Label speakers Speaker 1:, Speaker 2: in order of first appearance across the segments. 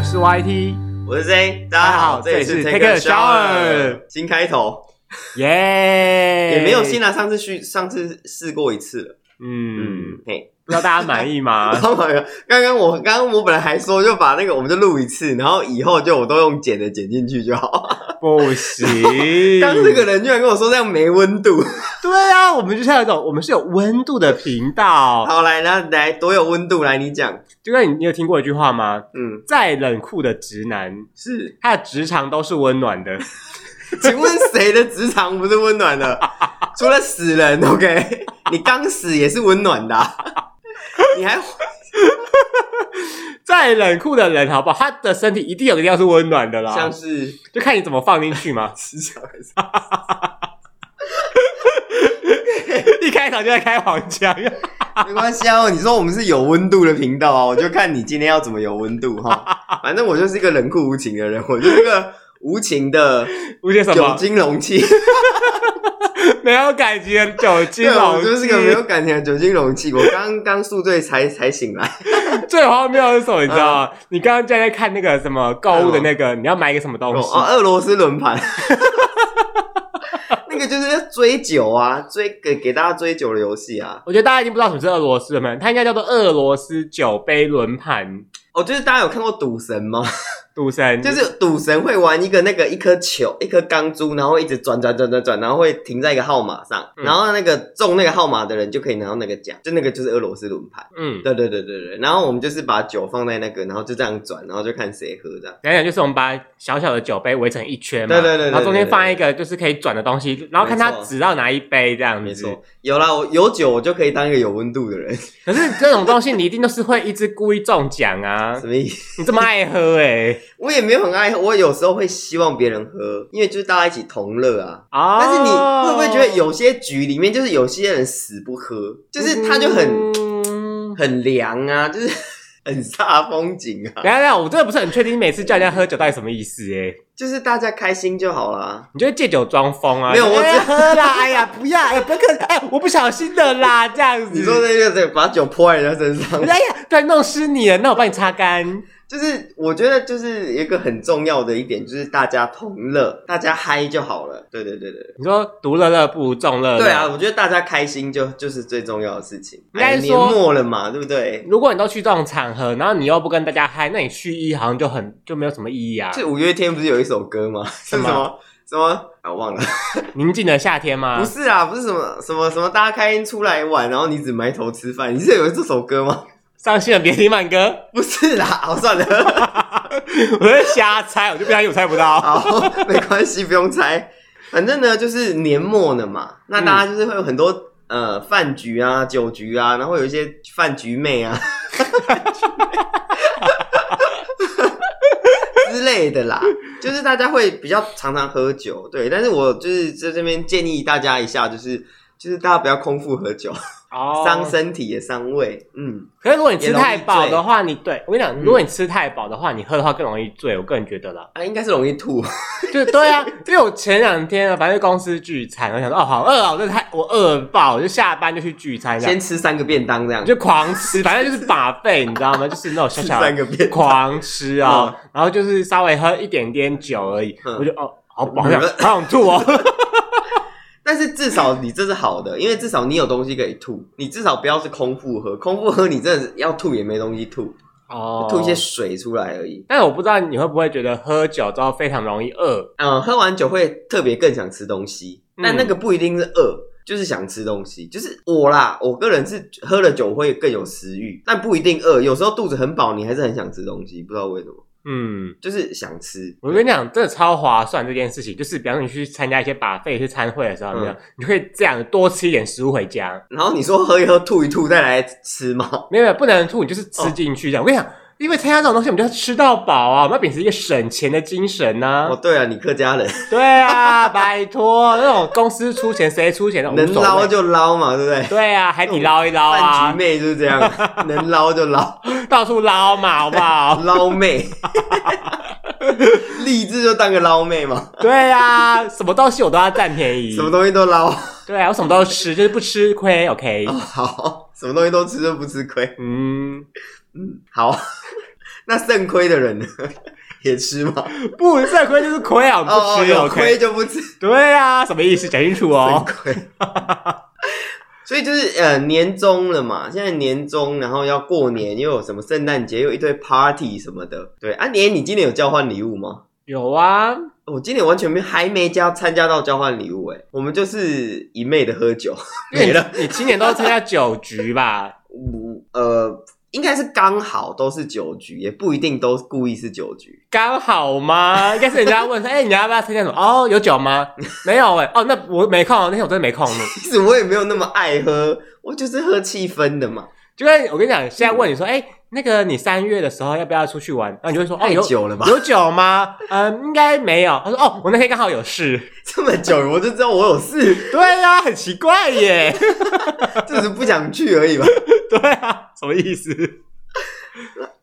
Speaker 1: YT，
Speaker 2: 我是 Z，大
Speaker 1: 大
Speaker 2: 家
Speaker 1: 家
Speaker 2: 好，
Speaker 1: 好
Speaker 2: 这里是
Speaker 1: 这
Speaker 2: Take
Speaker 1: Take a
Speaker 2: a Shower 新开头，
Speaker 1: 耶！
Speaker 2: 也没有新，啊，上次去上次试过一次了，
Speaker 1: 嗯，
Speaker 2: 嗯，嘿，
Speaker 1: 不知道大家满意吗
Speaker 2: 然？后刚刚我刚刚我本来还说就把那个我们就录一次，然后以后就我都用剪的剪进去就好。
Speaker 1: 不行，
Speaker 2: 刚这个人居然跟我说这样没温度，
Speaker 1: 对啊，我们就是要有一种我们是有温度的频道。
Speaker 2: 好来，然后来多有温度，来你讲，
Speaker 1: 就跟你，你有听过一句话吗？
Speaker 2: 嗯，
Speaker 1: 再冷酷的直男，
Speaker 2: 是，
Speaker 1: 他的职场都是温暖 的。
Speaker 2: 请问谁的职场不是温暖 的？除了死人，OK，你刚死也是温暖的 啊、你还
Speaker 1: 再冷酷的人，好不好？他的身体一定有一定要是温暖的啦，
Speaker 2: 像是。
Speaker 1: 就看你怎么放进去嘛
Speaker 2: 职场还是
Speaker 1: 一开场就在开黄腔，
Speaker 2: 没关系啊，你说我们是有温度的频道啊，我就看你今天要怎么有温度 哈。反正我就是一个冷酷无情的人，我就是一个无情的
Speaker 1: 无些什
Speaker 2: 酒
Speaker 1: 么
Speaker 2: 精容 器，
Speaker 1: 没有感觉的酒精
Speaker 2: 对，
Speaker 1: 老
Speaker 2: 我就是个没有感情的酒精容器。我刚刚宿醉才才醒 来，
Speaker 1: 最荒谬的是什么？你知道吗？
Speaker 2: 嗯
Speaker 1: 你刚刚就在看那个什么购物的那个，你要买一个什么东西？
Speaker 2: 哦，俄罗斯轮盘， 那个就是要追酒啊，追给给大家追酒的游戏啊。
Speaker 1: 我觉得大家已经不知道什么是俄罗斯了嘛，它应该叫做俄罗斯酒杯轮盘
Speaker 2: 哦，就是大家有看过赌神吗？
Speaker 1: 赌神，
Speaker 2: 就是赌神会玩一个那个一颗球，一颗钢珠，然后一直转转转转转，然后会停在一个号码上，
Speaker 1: 嗯
Speaker 2: 然后那个中那个号码的人就可以拿到那个奖，就那个就是俄罗斯轮盘。
Speaker 1: 嗯，
Speaker 2: 对对对对对，然后我们就是把酒放在那个，然后就这样转，然后就看谁喝这样。
Speaker 1: 等等，就是我们把小小的酒杯围成一圈嘛，
Speaker 2: 对对对对
Speaker 1: 然后中
Speaker 2: 对
Speaker 1: 间
Speaker 2: 对
Speaker 1: 放一个就是可以转的东西，然后看它指到哪一杯这样子。
Speaker 2: 没错，，有啦，我有酒我就可以当一个有温度的人，
Speaker 1: 可是这种东西你一定都是会一直故意中奖 啊
Speaker 2: 什，么意思？
Speaker 1: 你这么爱喝哎、
Speaker 2: 我也没有很爱喝，我有时候会希望别人喝，因为就是大家一起同乐啊。
Speaker 1: 啊！
Speaker 2: 但是你会不会
Speaker 1: 哦
Speaker 2: 觉得有些局里面就是有些人死不喝，就是他就很、
Speaker 1: 嗯
Speaker 2: 很凉啊，就是 很煞风景啊，
Speaker 1: 等一下，等一下，我真的不是很确定你每次叫人家喝酒到底什么意思哎、
Speaker 2: 就是大家开心就好啦。
Speaker 1: 你就会借酒装疯啊？
Speaker 2: 没有我
Speaker 1: 哎
Speaker 2: 只
Speaker 1: 呀喝啦！哎呀，不要！哎呀，不要看！哎，我不小心的啦，这样子。
Speaker 2: 你说那个对把酒泼在人家身上，
Speaker 1: 哎呀，突然弄湿你了，那我帮你擦干。
Speaker 2: 就是我觉得就是一个很重要的一点，就是大家同乐，大家嗨就好了。对对对对。
Speaker 1: 你说独乐乐不如众乐乐。
Speaker 2: 对啊，，我觉得大家开心就就是最重要的事情。
Speaker 1: 应该
Speaker 2: 哎
Speaker 1: 说
Speaker 2: 年末了嘛，对不对？
Speaker 1: 如果你都去这种场合，然后你又不跟大家嗨，那你蓄意好像就很就没有什么意义啊。
Speaker 2: 这五月天不是有一首歌吗？是什
Speaker 1: 么
Speaker 2: 么什么？啊，我忘了。
Speaker 1: 宁静的夏天吗
Speaker 2: 不？是啊，不是什么什么什么，大家开心出来玩，然后你只埋头吃饭，你是有这首歌吗？
Speaker 1: 伤心的别听慢歌，
Speaker 2: 不是啦，好算了，
Speaker 1: 我在瞎猜，我就不相信我猜不到。
Speaker 2: 好 没关系，不用猜。反正呢，就是年末了嘛，那大家就是会有很多呃饭局啊、酒局啊，然后有一些饭局妹啊 之类的啦，就是大家会比较常常喝酒，对。但是我就是在这边建议大家一下，就是就是大家不要空腹喝酒。
Speaker 1: 哦
Speaker 2: 伤身体也伤胃。嗯，
Speaker 1: 可是如果你吃太饱
Speaker 2: 也容易
Speaker 1: 的话，你对我跟你讲，如果你吃太饱的话，你喝的话更容易醉。我个人觉得啦，
Speaker 2: 啊，应该是容易吐。
Speaker 1: 就对啊，因为我前两天啊，反正公司聚餐，我想说哦，好饿啊，我真的太我饿爆，我就下班就去聚餐，这样
Speaker 2: 先吃三个便当这样
Speaker 1: 我，就狂吃，反正就是把费，你知道吗？就是那种小
Speaker 2: 吃
Speaker 1: 小
Speaker 2: 三
Speaker 1: 的
Speaker 2: 个便当。
Speaker 1: 狂吃哦，然后就是稍微喝一点点酒而已，
Speaker 2: 嗯
Speaker 1: 我就哦。好饱，好 想好想吐哦！
Speaker 2: 但是至少你这是好的，因为至少你有东西可以吐，你至少不要是空腹喝。空腹喝你真的是要吐也没东西吐，
Speaker 1: 哦
Speaker 2: 吐一些水出来而已。
Speaker 1: 但是我不知道你会不会觉得喝酒之后非常容易饿，
Speaker 2: 嗯，喝完酒会特别更想吃东西，但
Speaker 1: 嗯
Speaker 2: 那个不一定是饿。就是想吃东西，就是我啦，我个人是喝了酒会更有食欲，但不一定饿。有时候肚子很饱，你还是很想吃东西，不知道为什么，
Speaker 1: 嗯，
Speaker 2: 就是想吃。
Speaker 1: 我跟你讲，真的超划算这件事情，就是比方说你去参加一些把费去餐会的时候，有没有
Speaker 2: 嗯
Speaker 1: 你就可以这样多吃一点食物回家，
Speaker 2: 然后你说喝一喝吐一吐再来吃吗？
Speaker 1: 没有没有不能吐，你就是
Speaker 2: 哦
Speaker 1: 吃进去这样。我跟你讲，因为参加这种东西，我们就要吃到饱啊，我们要秉持一个省钱的精神呐、
Speaker 2: 哦，对啊，你客 家人
Speaker 1: 对啊，拜托，那种公司出钱谁出钱那
Speaker 2: 能捞
Speaker 1: 捞
Speaker 2: 就捞嘛，对不对？
Speaker 1: 对啊，海底捞一捞
Speaker 2: 饭
Speaker 1: 啊
Speaker 2: 局，妹就是这 样，能捞就捞，
Speaker 1: 到处捞嘛，好不好？
Speaker 2: 捞妹。励志就当个捞妹嘛，
Speaker 1: 对啊，什么东西我都要占便宜
Speaker 2: 什，么东西哦都捞。
Speaker 1: 对啊，我什么都吃，就是不吃亏，OK？
Speaker 2: 好，什么东西都吃就不吃亏。
Speaker 1: 嗯，
Speaker 2: 好，那肾亏的人呢， 也吃吗？
Speaker 1: 不肾亏就是亏啊，我们
Speaker 2: 哦，
Speaker 1: 不吃
Speaker 2: 有
Speaker 1: OK？
Speaker 2: 亏就不吃，
Speaker 1: 对啊，什么意思？讲清楚
Speaker 2: 肾
Speaker 1: 哦。
Speaker 2: 亏。所以就是呃年终了嘛，现在年终，然后要过年，又有什么圣诞节，又一堆 party 什么的。对，啊，年你今年有交换礼物吗？哦
Speaker 1: 有啊，
Speaker 2: 我今年完全没还没加参加到交换礼物哎、我们就是一昧的喝酒没了。
Speaker 1: 你今年都参加酒局吧？
Speaker 2: 五呃，应该是刚好都是酒局，也不一定都故意是酒局。
Speaker 1: 刚好吗？应该是人家问说，哎、你要不要参加什么？哦，有酒吗？没有哎、哦，那我没空，那天我真的没空。
Speaker 2: 其实我也没有那么爱喝，我就是喝气氛的嘛。
Speaker 1: 就跟我跟你讲，现在问你说，哎、那个你三月的时候要不要出去玩？然后你就会说，哦，
Speaker 2: 太
Speaker 1: 有
Speaker 2: 久了吧？
Speaker 1: 有酒吗？嗯，应该没有。他说，哦，我那天刚好有事。
Speaker 2: 这么久了，我就知道我有事，
Speaker 1: 对啊，很奇怪耶。
Speaker 2: 只是不想去而已吧。
Speaker 1: 对啊，什么意思？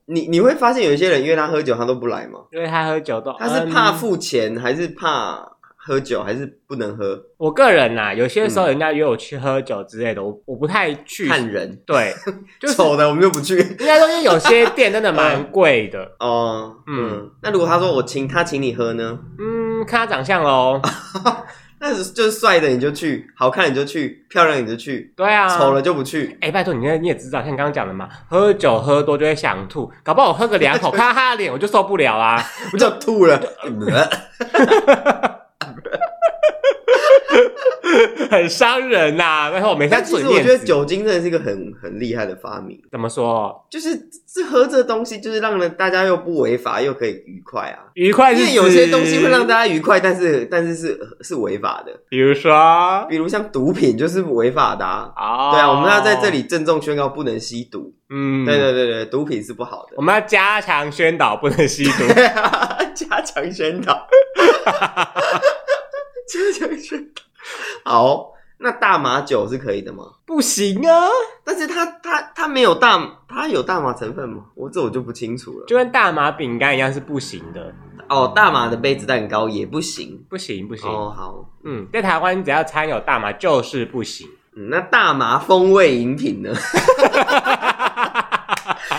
Speaker 2: 你你会发现有一些人约他喝酒，他都不来吗？
Speaker 1: 因为他喝酒都，
Speaker 2: 他是怕
Speaker 1: 嗯
Speaker 2: 付钱，还是怕喝酒，还是不能喝？
Speaker 1: 我个人呐、有些时候人家约我去喝酒之类的，我我不太去。
Speaker 2: 看人，
Speaker 1: 对，就是
Speaker 2: 丑的我们就不去。
Speaker 1: 应该说，因为有些店真的蛮贵的。
Speaker 2: 哦，
Speaker 1: 嗯
Speaker 2: 嗯，那如果他说我请他请你喝呢？
Speaker 1: 嗯，看他长相喽。
Speaker 2: 那是就是帅的你就去，好看你就去，漂亮你就去，
Speaker 1: 对啊，
Speaker 2: 丑了就不去。
Speaker 1: 哎、拜托你，你也知道，像刚刚讲的嘛，喝酒喝多就会想吐，搞不好我喝个两 口，看到他的脸我就受不了啊。
Speaker 2: 我就吐了，
Speaker 1: 呃很伤人呐、然后我每天
Speaker 2: 但其
Speaker 1: 嘴
Speaker 2: 实我
Speaker 1: 面
Speaker 2: 觉得
Speaker 1: 子
Speaker 2: 酒精真的是一个很很厉害的发明，
Speaker 1: 怎么说？
Speaker 2: 就是这喝这东西，就是让人大家又不违法，又可以愉快啊。
Speaker 1: 愉快
Speaker 2: 因
Speaker 1: 是
Speaker 2: 为有些东西会让
Speaker 1: 他，
Speaker 2: 大家愉快，但是但是是是违法的，
Speaker 1: 比如说啊，
Speaker 2: 比如像毒品就是违法的、啊。对啊，我们要在这，里郑重宣告不能吸毒。
Speaker 1: 哦嗯，
Speaker 2: 对，对对对，毒品是不好的
Speaker 1: 我。们要加强宣导，不能吸毒。
Speaker 2: 加强宣 导， 加强宣导。好，那大麻酒是可以的吗？
Speaker 1: 不行啊，
Speaker 2: 但是它它它没有大，它有大麻成分吗？我这我就不清楚了。
Speaker 1: 就跟大麻饼干一样是不行的，
Speaker 2: 哦，大麻的杯子蛋糕也不行。
Speaker 1: 不行嗯不行。
Speaker 2: 哦，好，
Speaker 1: 嗯，在台湾只要掺有大麻就是不行。
Speaker 2: 嗯那大麻风味饮品 呢？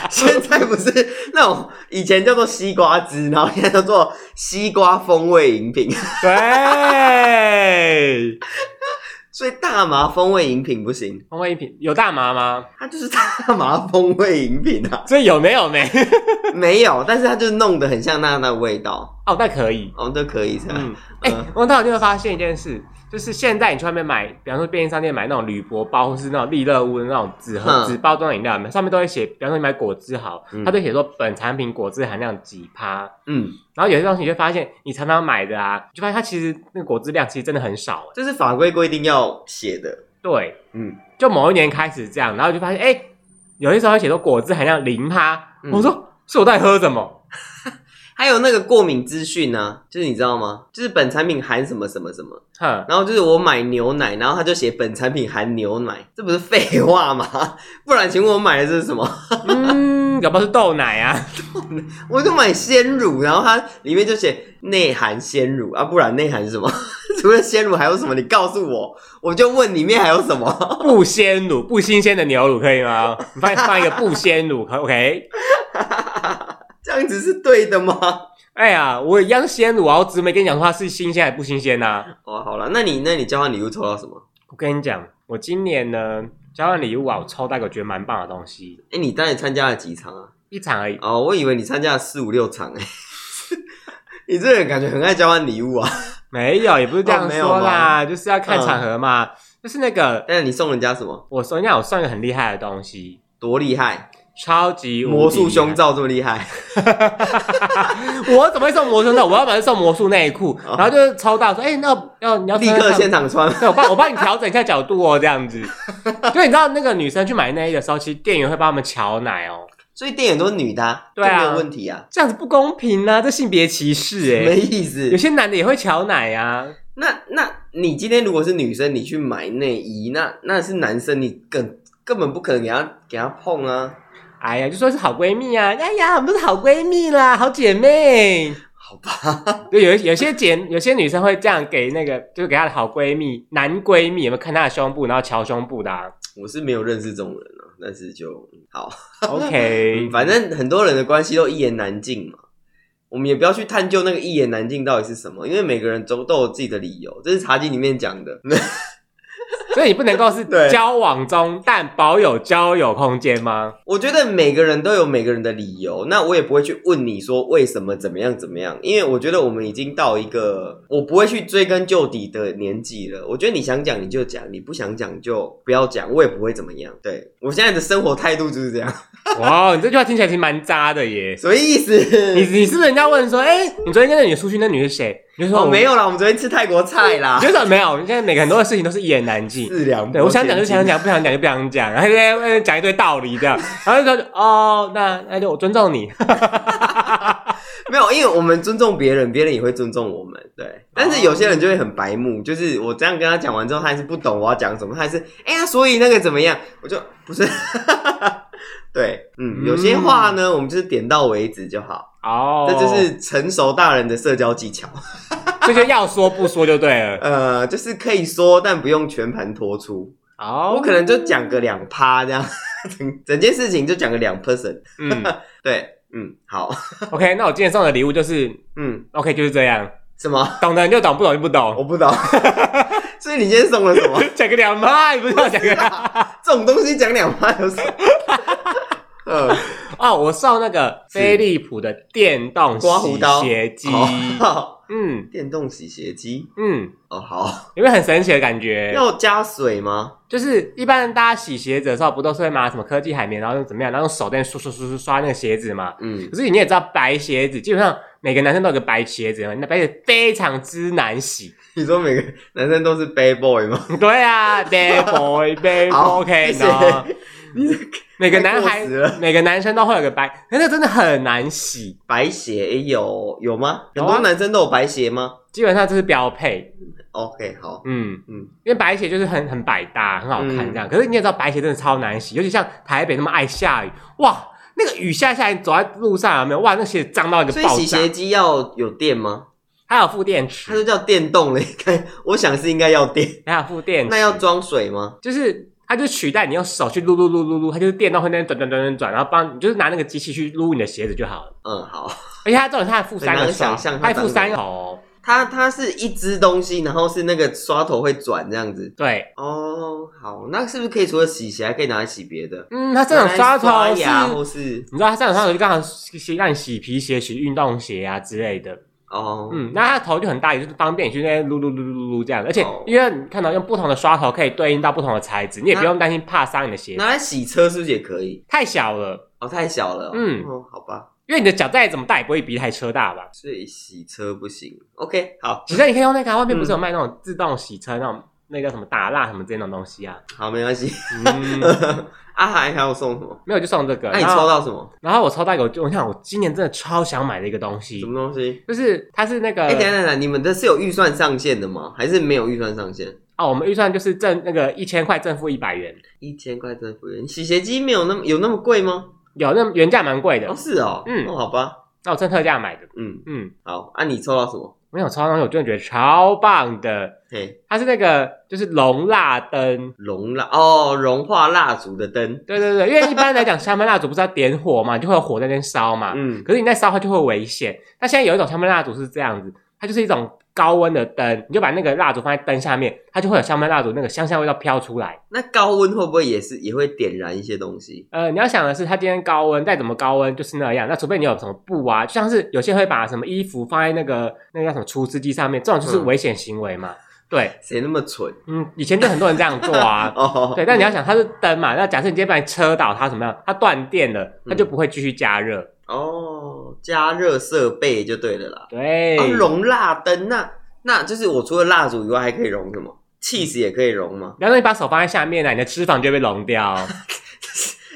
Speaker 2: 现在不是那种以前叫做西瓜汁，然后现在叫做西瓜风味饮品，
Speaker 1: 对，
Speaker 2: 所以大麻风味饮品不行，
Speaker 1: 风味饮品有大麻吗？
Speaker 2: 它就是大麻风味饮品啊。
Speaker 1: 所以有没有没？
Speaker 2: 没有，但是它就弄得很像那那味道，
Speaker 1: 哦，那可以。
Speaker 2: 哦，都可以是吧？
Speaker 1: 嗯，哎、
Speaker 2: 嗯
Speaker 1: 我到你有没有发现一件事，就是现在你去外面买，比方说便利商店买那种铝箔包，或是那种利乐屋的那种纸盒、
Speaker 2: 嗯
Speaker 1: 纸包装的饮料，上面都会写，比方说你买果汁好，
Speaker 2: 嗯
Speaker 1: 它都写说本产品果汁含量几趴。
Speaker 2: 嗯，
Speaker 1: 然后有些东西你就会发现，你常常买的啊，你就发现它其实那个果汁量其实真的很少、哎
Speaker 2: 这是法规规定要写的。
Speaker 1: 对，
Speaker 2: 嗯，
Speaker 1: 就某一年开始这样，然后就发现，哎、有些时候会写说果汁含量零趴，
Speaker 2: 嗯
Speaker 1: 我说是我在喝什么？
Speaker 2: 还有那个过敏资讯呢，就是你知道吗？就是本产品含什么什么什么，
Speaker 1: 哼，
Speaker 2: 然后就是我买牛奶，然后他就写本产品含牛奶，这不是废话吗？ 不然请问我买的这是什么？
Speaker 1: 嗯，搞不好是豆奶啊。
Speaker 2: 我就买鲜乳，然后它里面就写内含鲜乳啊，不然内含什么？ 除了鲜乳还有什么？你告诉我，我就问里面还有什么？
Speaker 1: 不鲜乳，不新鲜的牛乳可以吗？你放放一个不鲜乳，可 OK？
Speaker 2: 这样子是对的吗？
Speaker 1: 哎呀，我一样是鲜乳啊，我只是没跟你讲说它是新鲜还是不新鲜呐、
Speaker 2: 哦，好了，那你那你交换礼物抽到什么？
Speaker 1: 我跟你讲，我今年呢交换礼物啊，我抽到一个我觉得蛮棒的东西，
Speaker 2: 哎、你当然参加了几场啊？
Speaker 1: 一场而已。
Speaker 2: 哦，我以为你参加了四五六场哎、 你这人感觉很爱交换礼物啊。
Speaker 1: 没有，也不是这样
Speaker 2: 哦没有嗯
Speaker 1: 说啦，就是要看场合嘛。就是那个，
Speaker 2: 但是你送人家什么？
Speaker 1: 我说人家我送一个很厉害的东西，
Speaker 2: 多厉害！
Speaker 1: 超级无敌
Speaker 2: 魔术胸，罩这么厉害，
Speaker 1: 我怎么会送魔术胸罩？我要么是送魔术内裤，
Speaker 2: 哦
Speaker 1: 然后就是抽到说，哎、那要你要
Speaker 2: 立刻现场穿。
Speaker 1: 对，我帮我帮你调整一下角度哦，这样子。因为你知道那个女生去买内衣的时候，其实店员会帮他们瞧奶哦，
Speaker 2: 所以店员都是女的、啊，
Speaker 1: 对啊
Speaker 2: 这没有问题啊，
Speaker 1: 这样子不公平啊，这性别歧视哎、
Speaker 2: 没意
Speaker 1: 有
Speaker 2: 思。
Speaker 1: 些男的也会瞧奶啊，
Speaker 2: 那那你今天如果是女生，你去买内衣，那那是男生，你更根本不可能给他给他碰啊。
Speaker 1: 哎呀，就说是好闺蜜啊，哎呀，我们都是好闺蜜啦，好姐妹。
Speaker 2: 好吧，
Speaker 1: 就有有些姐，有些女生会这样给那个，就是给她的好闺蜜、男闺蜜，有没有看她的胸部，然后瞧胸部的、啊？
Speaker 2: 我是没有认识这种人啊，但是就嗯好，
Speaker 1: OK，
Speaker 2: 嗯反正很多人的关系都一言难尽嘛。我们也不要去探究那个一言难尽到底是什么，因为每个人都都有自己的理由，这是茶几里面讲的。
Speaker 1: 所以你不能够是
Speaker 2: 对
Speaker 1: 交往中但保有交友空间吗？
Speaker 2: 我觉得每个人都有每个人的理由，那我也不会去问你说为什么怎么样怎么样，因为我觉得我们已经到一个我不会去追根究底的年纪了。我觉得你想讲你就讲，你不想讲就不要讲，我也不会怎么样。对我现在的生活态度就是这样，
Speaker 1: 哇，你这句话听起来其实蛮渣的耶。
Speaker 2: 什么意思？
Speaker 1: 你你是不是人家问说，哎、你昨天跟那女的出去，那女是谁？你就说
Speaker 2: 哦
Speaker 1: 我
Speaker 2: 没，有啦，我啊们昨天吃泰国菜啦
Speaker 1: 你，就说没有。现在每个很多的事情都是一言难尽。
Speaker 2: 四两 拨千斤。
Speaker 1: 对，我想讲就想讲，不想讲就不想讲，然后在那边讲一堆道理这样，然后就说哦，那那就我尊重 你。
Speaker 2: 没有，因为我们尊重别人，别人也会尊重我们。对，但是有些人就会很白
Speaker 1: 哦
Speaker 2: 目，就是我这样跟他讲完之后，他还是不懂我要讲什么，他还是哎呀，那所以那个怎么样？我就不是， 对，嗯，
Speaker 1: 嗯
Speaker 2: 有些话呢，我们就是点到为止就好，
Speaker 1: 哦，
Speaker 2: 这就是成熟大人的社交技巧。
Speaker 1: 这就要说不说就对了。
Speaker 2: 呃，就是可以说，但不用全盘托出。
Speaker 1: 哦，
Speaker 2: 我可能就讲个两趴这样， 整整件事情就讲个两 person。
Speaker 1: 嗯
Speaker 2: 对，嗯，好，
Speaker 1: ，OK，那我今天送的礼物就是
Speaker 2: 嗯，
Speaker 1: OK，就是这样，
Speaker 2: 什么？
Speaker 1: 懂的你就懂，不懂就不
Speaker 2: 我
Speaker 1: 懂。
Speaker 2: 不懂。所以你今天送了什么？
Speaker 1: 讲个两趴，你不是要讲个两趴？
Speaker 2: 这种东西讲两趴有 什么？嗯，
Speaker 1: 哦，我送那个
Speaker 2: 是
Speaker 1: 飞利浦的电动
Speaker 2: 刮胡刀哦
Speaker 1: 洗鞋机。
Speaker 2: 好，
Speaker 1: 嗯
Speaker 2: 电动洗鞋机
Speaker 1: 嗯，
Speaker 2: 哦，好，
Speaker 1: 有没有很神奇的感觉？
Speaker 2: 要加水吗？
Speaker 1: 就是一般大家洗鞋子的时候，不都是会拿什么科技海绵，然后用怎么样，然后用手在那刷刷刷刷刷那个鞋子嘛。
Speaker 2: 嗯，
Speaker 1: 可是你也知道，白鞋子基本上每个男生都有个白鞋子嘛，那白鞋子非常之难洗。
Speaker 2: 你说每个男生都是 bad boy 吗？
Speaker 1: 对啊，bad boy bad
Speaker 2: 好
Speaker 1: OK
Speaker 2: 谢谢
Speaker 1: 呢，每个男
Speaker 2: 太
Speaker 1: 孩
Speaker 2: 过时了
Speaker 1: 每个男生都会有个白，那个真的很难洗，
Speaker 2: 白鞋诶有有吗？
Speaker 1: 有
Speaker 2: 很
Speaker 1: 啊
Speaker 2: 多男生都有白鞋吗
Speaker 1: 基本上这是标配。
Speaker 2: ？OK，好，
Speaker 1: 嗯
Speaker 2: 嗯
Speaker 1: 嗯，因为白鞋就是很很百搭，很好看这样。可是你也知道，白鞋真的超难洗，尤其像台北那么爱下雨，哇，那个雨下下来，你走在路上有没有？哇，那鞋子脏到一个
Speaker 2: 所以
Speaker 1: 爆
Speaker 2: 洗
Speaker 1: 炸。
Speaker 2: 鞋机要有电吗？
Speaker 1: 它有附电
Speaker 2: 它都
Speaker 1: 池，
Speaker 2: 叫电动了，应该我想是应该要电，
Speaker 1: 它有附电池，
Speaker 2: 那要装水吗？
Speaker 1: 就是它就取代你用手去撸撸撸撸撸，它就是电到会那边转转转转转，然后帮你就是拿那个机器去撸你的鞋子就好了。
Speaker 2: 嗯，好，
Speaker 1: 而且它这种它还附三个
Speaker 2: 很难
Speaker 1: 手
Speaker 2: 想象，它
Speaker 1: 还
Speaker 2: 长
Speaker 1: 附
Speaker 2: 什么
Speaker 1: 三个头，
Speaker 2: 它它是一只东西，然后是那个刷头会转这样子，
Speaker 1: 对，
Speaker 2: 哦，好，那是不是可以除了洗鞋，还可以拿来洗别的？
Speaker 1: 嗯，它这种刷
Speaker 2: 拿来
Speaker 1: 头是，
Speaker 2: 牙或是
Speaker 1: 你知道它这种刷头就刚好洗让你洗皮鞋、洗运动鞋啊之类的。
Speaker 2: 哦，
Speaker 1: 嗯，那它的头就很大，也就是方便你去那边撸撸撸撸撸这样。而且
Speaker 2: 哦
Speaker 1: 因为你看到用不同的刷头可以对应到不同的材质，你也不用担心怕伤你的鞋，
Speaker 2: 拿来洗车是不是也可以？
Speaker 1: 太小了。
Speaker 2: 哦，太小了哦、
Speaker 1: 嗯
Speaker 2: 哦，好吧，
Speaker 1: 因为你的脚再怎么大也不会比一台车大吧？
Speaker 2: 所以洗车不行。OK，好，
Speaker 1: 洗车你可以用那个啊、外面不是有卖那种自动洗车那种那个叫什么打蜡什么这种东西啊？
Speaker 2: 好，没关系。
Speaker 1: 嗯，
Speaker 2: 啊，还还有送什么？
Speaker 1: 没有就送这个。
Speaker 2: 那你
Speaker 1: 然后
Speaker 2: 抽到什么？
Speaker 1: 然后我抽到一个，我就我想我今年真的超想买的一个东西
Speaker 2: 什，么东西？
Speaker 1: 就是它是那个、
Speaker 2: 哎、等一下等一下，你们的是有预算上限的吗？还是没有预算上限？
Speaker 1: 哦，我们预算就是正那个一千块正负一百元，
Speaker 2: 一千块真的不远，洗鞋机没有那么有那么贵吗？
Speaker 1: 有那原价蛮贵的
Speaker 2: 哦，，是哦，
Speaker 1: 嗯
Speaker 2: 哦，好吧，
Speaker 1: 那我趁特价买的。
Speaker 2: 嗯，
Speaker 1: 嗯，
Speaker 2: 好，啊，你抽到什么？
Speaker 1: 我想抽到东西，我真的觉得超棒的。
Speaker 2: 嘿，
Speaker 1: 它是那个就是龙蜡灯，
Speaker 2: 融蜡哦，融化蜡烛的灯，
Speaker 1: 对对对，因为一般来讲香氛蜡烛不是要点火嘛，你就会有火在那边烧嘛。
Speaker 2: 嗯，
Speaker 1: 可是你在烧它就会危险。那现在有一种香氛蜡烛是这样子，它就是一种高温的灯，你就把那个蜡烛放在灯下面，它就会有香氛蜡烛那个香香味道飘出来。
Speaker 2: 那高温会不会也是也会点燃一些东西？
Speaker 1: 呃，你要想的是，它今天高温再怎么高温就是那样。那除非你有什么布啊，就像是有些会把什么衣服放在那个那个叫什么除湿机上面，这种就是
Speaker 2: 嗯
Speaker 1: 危险行为嘛。对，
Speaker 2: 谁那么蠢？。
Speaker 1: 嗯，以前就很多人这样做啊
Speaker 2: 哦，
Speaker 1: 对，但你要想它是灯嘛，那假设你今天把你车倒它怎么样，它断电了，它就
Speaker 2: 嗯
Speaker 1: 不会继续加热。
Speaker 2: 哦，加热设备就对了啦。
Speaker 1: 对，
Speaker 2: 啊，融蜡灯那那就是我除了蜡烛以外还可以融什么？cheese 也可以融吗？
Speaker 1: 然后你把手放在下面呢、你的脂肪就会被溶 掉。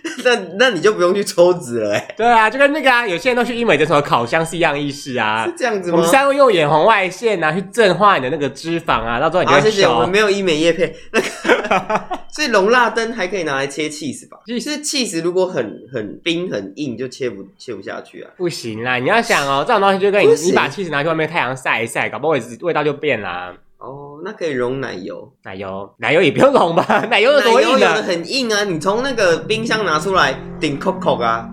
Speaker 1: 嗯
Speaker 2: 那那你就不用去抽脂了、欸，
Speaker 1: 对啊，就跟那个啊，有些人都去医美诊所烤箱是一样意思啊
Speaker 2: 是。这样子
Speaker 1: 我
Speaker 2: 吗
Speaker 1: 们？三用眼红外线啊，去震化你的那个脂肪啊，到时候你就
Speaker 2: 好，谢
Speaker 1: 会
Speaker 2: 谢，我们
Speaker 1: 瘦。
Speaker 2: 没有医美叶配。 那个，所以融蜡灯还可以拿来切 cheese 吧？其实 cheese 如果很很冰很硬，就切不切不下去啊。
Speaker 1: 不行啦，你要想哦，这种东西就跟你
Speaker 2: 不行
Speaker 1: 你把气 h 拿去外面太阳晒一晒，搞不好味味道就变啦。
Speaker 2: 哦，那可以溶奶油，
Speaker 1: 奶油，奶油也不用拢吧？ 奶油有
Speaker 2: 奶
Speaker 1: 多
Speaker 2: 油有
Speaker 1: 硬
Speaker 2: 的
Speaker 1: 的？
Speaker 2: 很硬啊，你从那个冰箱拿出来顶 Coco 啊，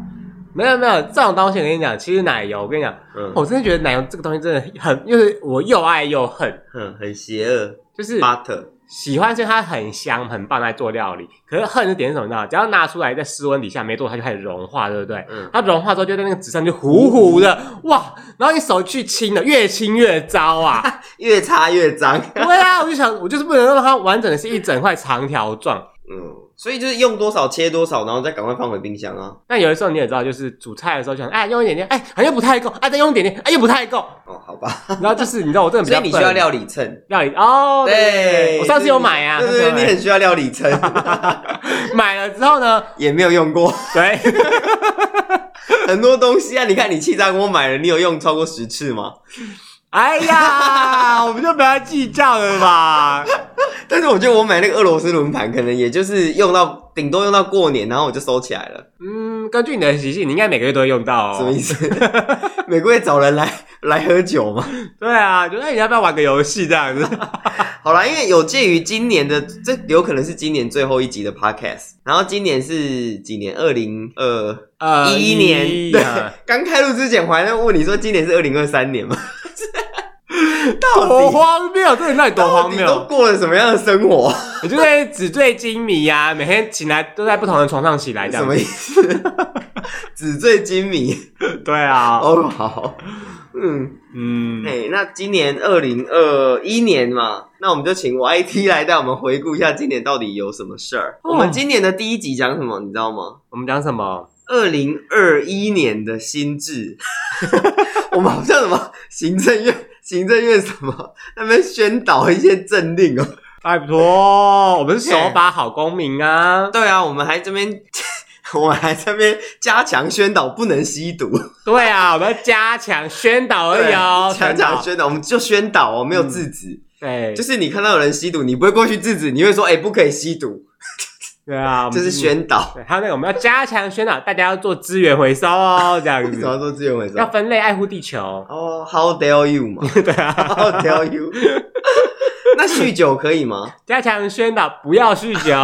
Speaker 1: 没有没有，这种东西我跟你讲，其实奶油，我跟你讲，
Speaker 2: 嗯
Speaker 1: 我真的觉得奶油这个东西真的很，就是我又爱又恨，
Speaker 2: 嗯，很邪恶
Speaker 1: 就是
Speaker 2: ，butter，
Speaker 1: 喜欢所以它很香很棒，来做料理。可是恨的点是什么呢？只要拿出来在室温底下没多久，它就开始融化，对不对？
Speaker 2: 嗯，
Speaker 1: 它融化之后就在那个纸上就糊糊的，哇！然后你手去清了，越清越糟啊！
Speaker 2: 越擦越脏，
Speaker 1: 对啊，我就想，我就是不能让它完整的是一整块长条状。
Speaker 2: 嗯，所以就是用多少切多少，然后再赶快放回冰箱啊。
Speaker 1: 那有的时候你也知道，就是煮菜的时候想，哎，用一点点，哎，好像不太够，哎，再用一点点，哎，又不太够。
Speaker 2: 哦，好吧，
Speaker 1: 然后就是你知道，我 这个人比
Speaker 2: 所
Speaker 1: 较
Speaker 2: 以你
Speaker 1: 笨
Speaker 2: 需要料理秤，
Speaker 1: 料理哦，
Speaker 2: 对，
Speaker 1: 我上次有买啊，
Speaker 2: 对
Speaker 1: 上
Speaker 2: 对
Speaker 1: 次
Speaker 2: 对，
Speaker 1: 有
Speaker 2: 你
Speaker 1: 买
Speaker 2: 很需要料理秤，
Speaker 1: 买了之后呢，
Speaker 2: 也没有用过
Speaker 1: 对，
Speaker 2: 很多东西啊。你看你气炸锅买了，你有用超过十次吗？
Speaker 1: 哎 呀，我们就不要计较了吧。
Speaker 2: 但是我觉得我买那个俄罗斯轮盘，可能也就是用到顶多用到过年，然后我就收起来了。
Speaker 1: 嗯，根据你的习性，你应该每个月都会用到
Speaker 2: 什么
Speaker 1: 哦
Speaker 2: 意。思？ 每个月找人来来喝酒吗？
Speaker 1: 对啊，就是哎你要不要玩个游戏这 样子？
Speaker 2: 好啦，因为有介于今年的，这有可能是今年最后一集的 podcast，然后今年是几年？二零二
Speaker 1: 呃，
Speaker 2: 一年。对
Speaker 1: 啊，
Speaker 2: 刚开录之前我还在问你说今年是二零二三年吗？到
Speaker 1: 多
Speaker 2: 底
Speaker 1: 荒谬！哎这你到底多
Speaker 2: 到
Speaker 1: 荒
Speaker 2: 底都
Speaker 1: 谬？
Speaker 2: 过了什么样的生活？
Speaker 1: 我就在纸醉金迷呀、啊每天醒来都在不同的床上起来这
Speaker 2: 什
Speaker 1: 样
Speaker 2: 么
Speaker 1: 子。
Speaker 2: 意思？纸醉金迷
Speaker 1: 对啊，
Speaker 2: 哦，好，嗯，
Speaker 1: 嗯
Speaker 2: 哎、，那今年二零二一年嘛，那我们就请 YT 来带我们回顾一下今年到底有什么事儿。
Speaker 1: 哦
Speaker 2: 我们今年的第一集讲什么，你知道吗？
Speaker 1: 我们讲什么？
Speaker 2: 二零二一年的新制， 我们好像什么行政院、行政院什么那边宣导一些政令哦。
Speaker 1: 拜托，我们是守法好公民啊！
Speaker 2: 对啊，我们还这边， 我们还这边加强宣导不能吸毒，
Speaker 1: 对啊，我们要加强宣导而已哦，
Speaker 2: 加强宣导，我们就宣导哦，没有制止。
Speaker 1: 对，
Speaker 2: 就是你看到有人吸毒，你不会过去制止，你会说：“哎、不可以吸毒。
Speaker 1: 对啊，”
Speaker 2: 这是
Speaker 1: 宣。
Speaker 2: 宣导。
Speaker 1: 对，还有那个我们要加强宣导，大家要做资源回收哦，这样
Speaker 2: 为什么
Speaker 1: 子
Speaker 2: 要做资源回收？
Speaker 1: 要分类爱护地 球。
Speaker 2: 哦、h o w dare you 嘛
Speaker 1: 对啊，
Speaker 2: ？How dare you？那酗酒可以吗？
Speaker 1: 加强宣导不要酗酒，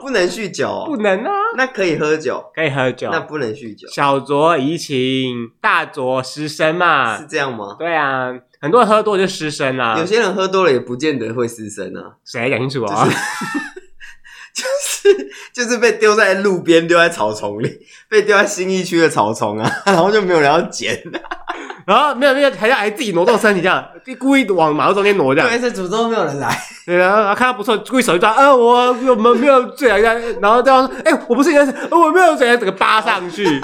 Speaker 2: 不能酗酒哦、
Speaker 1: 不能啊，
Speaker 2: 那可以喝酒，
Speaker 1: 可以喝酒。
Speaker 2: 那不能酗酒，
Speaker 1: 小酌怡情，大酌失身嘛
Speaker 2: 是。这样吗？
Speaker 1: 对啊，很多人喝多就失身啦、
Speaker 2: 有些人喝多了也不见得会失身啊，
Speaker 1: 谁讲清楚啊？
Speaker 2: 就是就是被丢在路边，丢在草丛里， 被丢在新一区的草丛啊， 然后就没有人要 捡。
Speaker 1: 然后没有没有，还要还自己挪动身体这 样，故意往马路中间挪这样。
Speaker 2: 对，这诅咒没有人来，
Speaker 1: 对，然后看到不错，故意手一抓，啊，我我们没有醉啊，然后对方说，哎、我不是原始，我没有醉，啊整个扒上 去，你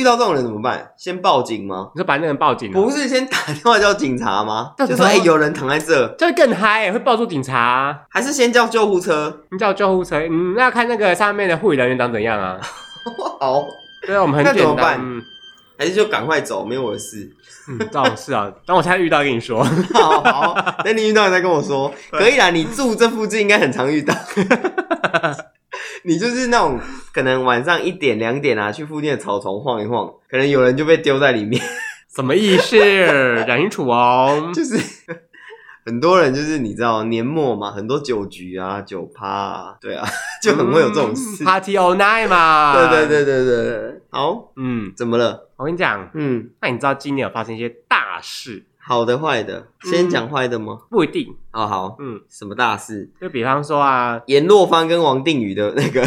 Speaker 2: 遇到这种人怎么办？先报警吗？
Speaker 1: 说把那个人报警、啊，
Speaker 2: 不是先打电话叫警察吗？
Speaker 1: 叫
Speaker 2: 就
Speaker 1: 警察
Speaker 2: 说
Speaker 1: 吗
Speaker 2: 哎、有人躺在这，
Speaker 1: 这样更嗨、会报出警察、啊
Speaker 2: 还是先叫救护车？
Speaker 1: 你叫救护车，嗯，那要看那个上面的护理人员长怎样啊？
Speaker 2: 好，
Speaker 1: 对啊，我们
Speaker 2: 那
Speaker 1: 很
Speaker 2: 怎么
Speaker 1: 简单，
Speaker 2: 办
Speaker 1: 嗯，
Speaker 2: 还是就赶快走，没我的事。
Speaker 1: 嗯这种事啊，等我下次遇到跟你说。
Speaker 2: 好好，等你遇到你再跟我说。可以啦，你住这附近应该很常遇 到。你就是那种可能晚上一点两点啊，去附近的草丛晃一晃，可能有人就被丢在里面，
Speaker 1: 什么意思？讲清楚哦。
Speaker 2: 就是很多人就是你知道年末嘛，很多酒局啊、酒趴啊，对啊， 就很会有这种事。
Speaker 1: 嗯 Party all night 嘛。
Speaker 2: 对对，对对对对，好，
Speaker 1: 嗯，
Speaker 2: 怎么了？
Speaker 1: 我跟你讲，
Speaker 2: 嗯，
Speaker 1: 那你知道今年有发生一些大事？
Speaker 2: 好的坏的，先讲坏的吗？
Speaker 1: 不一定，
Speaker 2: 哦好，
Speaker 1: 嗯，
Speaker 2: 什么大事？
Speaker 1: 就比方说啊，
Speaker 2: 阎若芳跟王定宇的那个。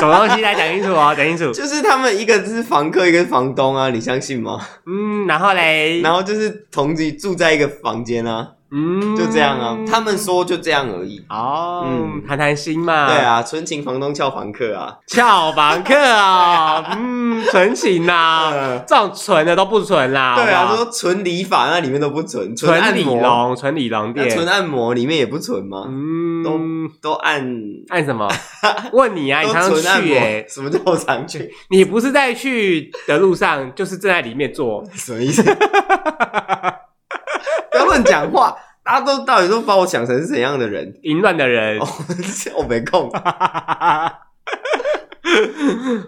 Speaker 1: 什么东西来讲清楚 哦，讲清楚。
Speaker 2: 就是他们一个是房客，一个是房东啊，你相信吗？
Speaker 1: 嗯，然后嘞，
Speaker 2: 然后就是同居住在一个房间啊，
Speaker 1: 嗯，
Speaker 2: 就这样啊。他们说就这样而已。
Speaker 1: 哦，
Speaker 2: 嗯
Speaker 1: 谈谈心嘛，
Speaker 2: 对，啊，纯情房东俏房客啊。
Speaker 1: 俏房客啊，嗯，纯情呐，
Speaker 2: 呃
Speaker 1: 这种纯的都不纯啦，
Speaker 2: 对
Speaker 1: 好
Speaker 2: 啊，
Speaker 1: 不好
Speaker 2: 说纯理发那里面都不纯，纯
Speaker 1: 纯
Speaker 2: 按
Speaker 1: 理
Speaker 2: 摩，
Speaker 1: 龙，纯理龙
Speaker 2: 那纯
Speaker 1: 店，
Speaker 2: 按摩里面也不纯吗？
Speaker 1: 嗯，
Speaker 2: 都按，
Speaker 1: 按 什么？问你啊，你
Speaker 2: 都
Speaker 1: 常常
Speaker 2: 纯按
Speaker 1: 去
Speaker 2: 摩
Speaker 1: 耶，，
Speaker 2: 什么叫我 常去？
Speaker 1: 你不是在去的路上， 就是正在里面做，
Speaker 2: 什么意思？不要乱讲话，大家都到底都把我想成是怎样的人？
Speaker 1: 淫乱的人
Speaker 2: 哦。， 我没空。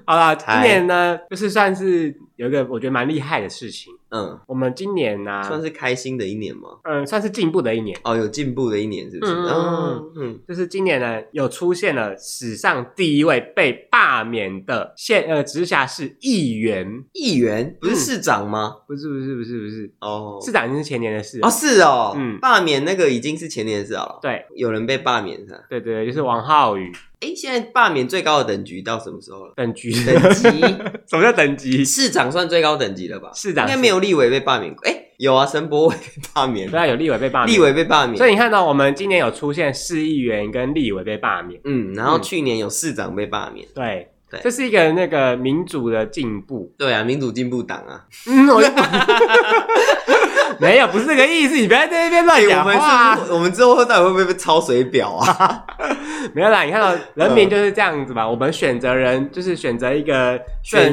Speaker 1: 好啦，今年呢，就是算是有一个我觉得蛮厉害的事情，
Speaker 2: 嗯，
Speaker 1: 我们今年呢、
Speaker 2: 算是开心的一年吗？
Speaker 1: 嗯，算是进步的一年，
Speaker 2: 哦，有进步的一年是不是？
Speaker 1: 嗯
Speaker 2: 哦嗯
Speaker 1: 就是今年呢有出现了史上第一位被罢免的县呃直辖市议员，
Speaker 2: 议员不是市长吗？
Speaker 1: 不是不是不是不嗯是，
Speaker 2: 哦，
Speaker 1: 市长已经是前年的事了
Speaker 2: 哦，是哦，
Speaker 1: 嗯
Speaker 2: 罢免那个已经是前年的事了。
Speaker 1: 对
Speaker 2: 有人被罢免了。
Speaker 1: 对对，就是王浩宇
Speaker 2: 哎，现在罢免最高的等级到什么时候了？
Speaker 1: 等级，
Speaker 2: 等级
Speaker 1: 什么叫等级？
Speaker 2: 市长算最高等级了吧？
Speaker 1: 市长
Speaker 2: 应
Speaker 1: 是
Speaker 2: 该没有立委被罢免过。哎，有啊，陈柏伟被罢免
Speaker 1: 对，啊，有立委被罢免
Speaker 2: 立，委被罢免
Speaker 1: 所。以你看到我们今年有出现市议员跟立委被罢免，
Speaker 2: 嗯，然后
Speaker 1: 嗯
Speaker 2: 去年有市长被罢免。
Speaker 1: 对，
Speaker 2: 对
Speaker 1: 这是一个那个民主的进步。
Speaker 2: 对啊，民主进步党啊。
Speaker 1: 嗯，我就 没有，不是这个意思，你不要在那边乱
Speaker 2: 哎，
Speaker 1: 讲
Speaker 2: 我们
Speaker 1: 话
Speaker 2: 是
Speaker 1: 啊
Speaker 2: 不。是，我们之后到底会不会被抄水表啊？
Speaker 1: 没有啦，你看
Speaker 2: 嗯
Speaker 1: 到人民就是这样子嘛。我们选择人就是选择一 个
Speaker 2: 选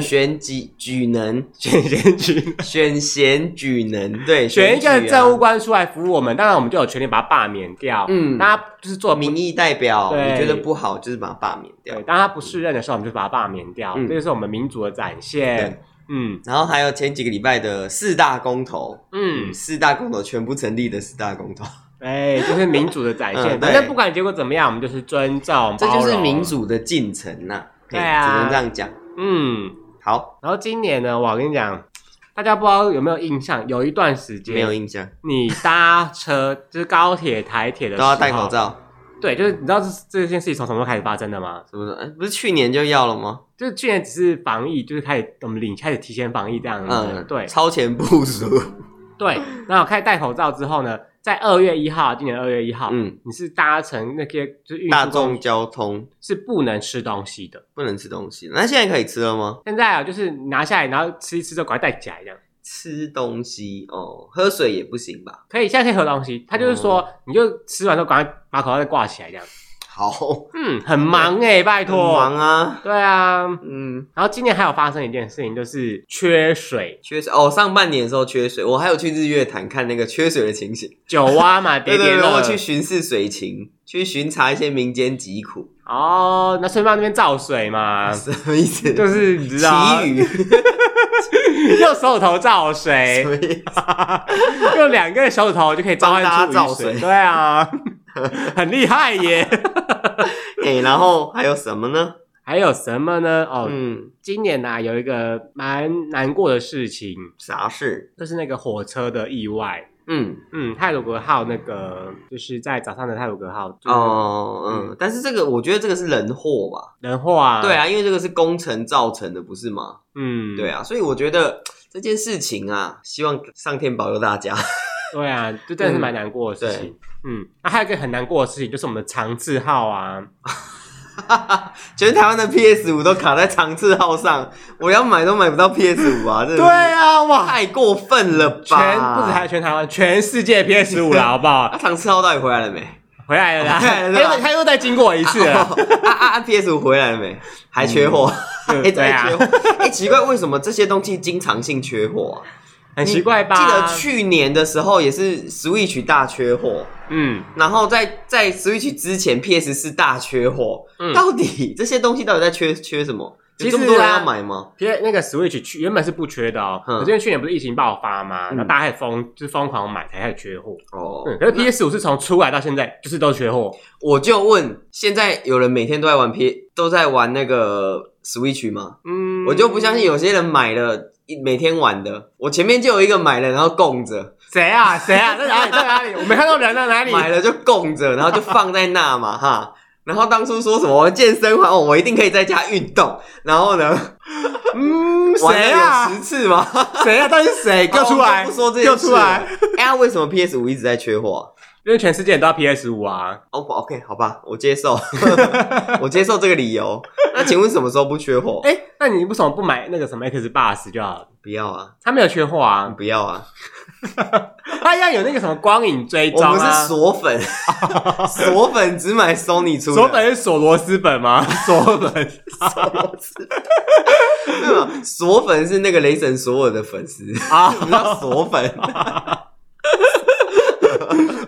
Speaker 1: 选
Speaker 2: 选举举能，
Speaker 1: 选选举，
Speaker 2: 选贤举能，对，
Speaker 1: 选一
Speaker 2: 举啊
Speaker 1: 个政务官出来服务我们，当然我们就有权利把他罢免掉。
Speaker 2: 嗯
Speaker 1: 当他就是做
Speaker 2: 民意代表，
Speaker 1: 对
Speaker 2: 你觉得不好，就是把它罢免掉
Speaker 1: 对，。当他不适任的时候，我们就把他罢免掉，
Speaker 2: 嗯
Speaker 1: 这就是我们民主的展
Speaker 2: 对
Speaker 1: 现。嗯
Speaker 2: 然后还有前几个礼拜的四大公投，
Speaker 1: 嗯，
Speaker 2: 四大公投全部成立的四大公投，
Speaker 1: 哎，就是民主的展 现。
Speaker 2: 嗯对
Speaker 1: 反正不管结果怎么样，我们就是尊重，
Speaker 2: 这就是
Speaker 1: 包容
Speaker 2: 民。主的进程呐、
Speaker 1: 对啊
Speaker 2: 嘿只能这样讲。
Speaker 1: 嗯，
Speaker 2: 好，
Speaker 1: 然后今年呢，我跟你讲，大家不知道有没有印象，有一段时间
Speaker 2: 没有印象，
Speaker 1: 你搭车就是高铁、台铁的
Speaker 2: 都
Speaker 1: 时候
Speaker 2: 要戴口。罩。
Speaker 1: 对，就是你知道这这件事情从什么时候开始发生的吗？
Speaker 2: 什么时候？哎不是去年就要了吗？
Speaker 1: 就是去年只是防疫，就是开始我们领开始提前防疫这样子。
Speaker 2: 嗯，
Speaker 1: 对
Speaker 2: 超前部署。
Speaker 1: 对。然后开始戴口罩之后呢，在二月一号，今年二月一号，
Speaker 2: 嗯，
Speaker 1: 你是搭乘那些就是运输
Speaker 2: 大
Speaker 1: 工
Speaker 2: 众交通
Speaker 1: 是不能吃东西的。
Speaker 2: 不能吃东西，那现在可以吃了吗？
Speaker 1: 现在啊，就是拿下来，然后吃一吃就赶快带起来这样。
Speaker 2: 吃东西哦，喝水也不行吧？
Speaker 1: 可以，现在可以喝东西。他就是说，
Speaker 2: 哦
Speaker 1: 你就吃完之后赶快把口罩再挂起来这样。
Speaker 2: 好，
Speaker 1: 嗯，很忙哎、拜
Speaker 2: 很
Speaker 1: 托。
Speaker 2: 忙啊。
Speaker 1: 对啊，
Speaker 2: 嗯，
Speaker 1: 然后今年还有发生一件事情，就是缺水，
Speaker 2: 缺水哦，上半年的时候缺水，我还有去日月潭看那个缺水的情形。
Speaker 1: 九蛙 嘛，叠
Speaker 2: 对
Speaker 1: 叠
Speaker 2: 对对，
Speaker 1: 乐
Speaker 2: 我去巡视水情，去巡查一些民间疾苦，
Speaker 1: 哦，那顺便那边造水嘛，
Speaker 2: 什么意思？
Speaker 1: 啊就是你知道，啊
Speaker 2: 祈雨，
Speaker 1: 用手指头造 水，
Speaker 2: 所以
Speaker 1: 用两个手指头就可以召唤
Speaker 2: 帮大
Speaker 1: 出
Speaker 2: 家
Speaker 1: 雨
Speaker 2: 造
Speaker 1: 水，
Speaker 2: 水
Speaker 1: 对 啊，很厉害耶。
Speaker 2: 哎，然后还有什么呢？
Speaker 1: 还有什么呢？哦，
Speaker 2: 嗯，
Speaker 1: 今年呐、啊、有一个蛮难过的事情，
Speaker 2: 啥事？
Speaker 1: 就是那个火车的意外。
Speaker 2: 嗯，
Speaker 1: 嗯，泰鲁格号那个就是在早上的泰鲁格号哦，
Speaker 2: 哦，嗯，但是这个我觉得这个是人祸吧？
Speaker 1: 人祸啊，
Speaker 2: 对，啊，因为这个是工程造成的，不是吗？
Speaker 1: 嗯，
Speaker 2: 对，啊，所以我觉得这件事情啊，希望上天保佑大家。
Speaker 1: 对啊，就真
Speaker 2: 嗯
Speaker 1: 的是蛮难过的事情。嗯，那、还有一个很难过的事情，就是我们的长治号啊，
Speaker 2: 全台湾的 PS 五都卡在长治号上，我要买都买不到 PS 五啊！真的是
Speaker 1: 对啊，哇，
Speaker 2: 太过分了吧？
Speaker 1: 全不止还有全台湾，全世界 PS 五 了，好不
Speaker 2: 啊，
Speaker 1: 好？
Speaker 2: 长治号到底回来了没？
Speaker 1: 回来了啦，
Speaker 2: 回来了啦
Speaker 1: 他又他又再经过一次了，
Speaker 2: 哦 啊啊啊！PS 五回来了没？还缺货？
Speaker 1: 对
Speaker 2: 还
Speaker 1: 对啊
Speaker 2: 缺，货？ 哎，奇怪，为什么这些东西经常性缺货啊？
Speaker 1: 很奇怪吧？
Speaker 2: 记得，去年的时候也是 Switch 大缺货，
Speaker 1: 嗯，
Speaker 2: 然后在在 Switch 之前 PS 四大缺货。
Speaker 1: 嗯
Speaker 2: 到底这些东西到底在缺缺什么？
Speaker 1: 其实
Speaker 2: 有这
Speaker 1: 啊
Speaker 2: 么多人要买吗？
Speaker 1: 因为那个 Switch 去原本是不缺的哦，
Speaker 2: 嗯
Speaker 1: 可是因为去年不是疫情爆发嘛，
Speaker 2: 嗯
Speaker 1: 然后大家开始疯，就是疯狂买，才开始缺货。
Speaker 2: 哦
Speaker 1: 嗯，可是 PS 五是从出来到现在就是都缺货，
Speaker 2: 我就问，现在有人每天都在玩 P，都在玩那个 Switch 吗？
Speaker 1: 嗯，
Speaker 2: 我就不相信有些人买了，一每天玩的。我前面就有一个买了，然后供着。
Speaker 1: 谁啊谁啊在哪里在哪里，我没看到人在哪里，
Speaker 2: 买了就供着，然后就放在那嘛哈。然后当初说什么我健身环，哦我一定可以在家运动。然后呢，
Speaker 1: 嗯，
Speaker 2: 玩
Speaker 1: 谁
Speaker 2: 了
Speaker 1: 啊
Speaker 2: 有十次嘛，
Speaker 1: 谁啊？到底是谁？给我出来！
Speaker 2: 好我们就不说这
Speaker 1: 给我
Speaker 2: 件事
Speaker 1: 出来！
Speaker 2: 了。哎呀，为什么 PS 五一直在缺货啊
Speaker 1: 因为全世界人都要 PS 五啊，
Speaker 2: 哦、不 o k 好吧，我 接受，我接受这个理由。那请问什么时候不缺货？
Speaker 1: 哎、那你为什么不买那个什么 X Bus 就好了？
Speaker 2: 不要啊，
Speaker 1: 它没有缺货啊，
Speaker 2: 不要啊，
Speaker 1: 它要有那个什么光影追
Speaker 2: 我
Speaker 1: 踪
Speaker 2: 们是
Speaker 1: 啊。
Speaker 2: 锁粉， 锁粉只买 Sony 出的，
Speaker 1: 锁本是锁螺丝本 吗？锁本，
Speaker 2: 对吧锁粉是那个 雷 神索尔的粉丝
Speaker 1: 啊
Speaker 2: 不要锁粉。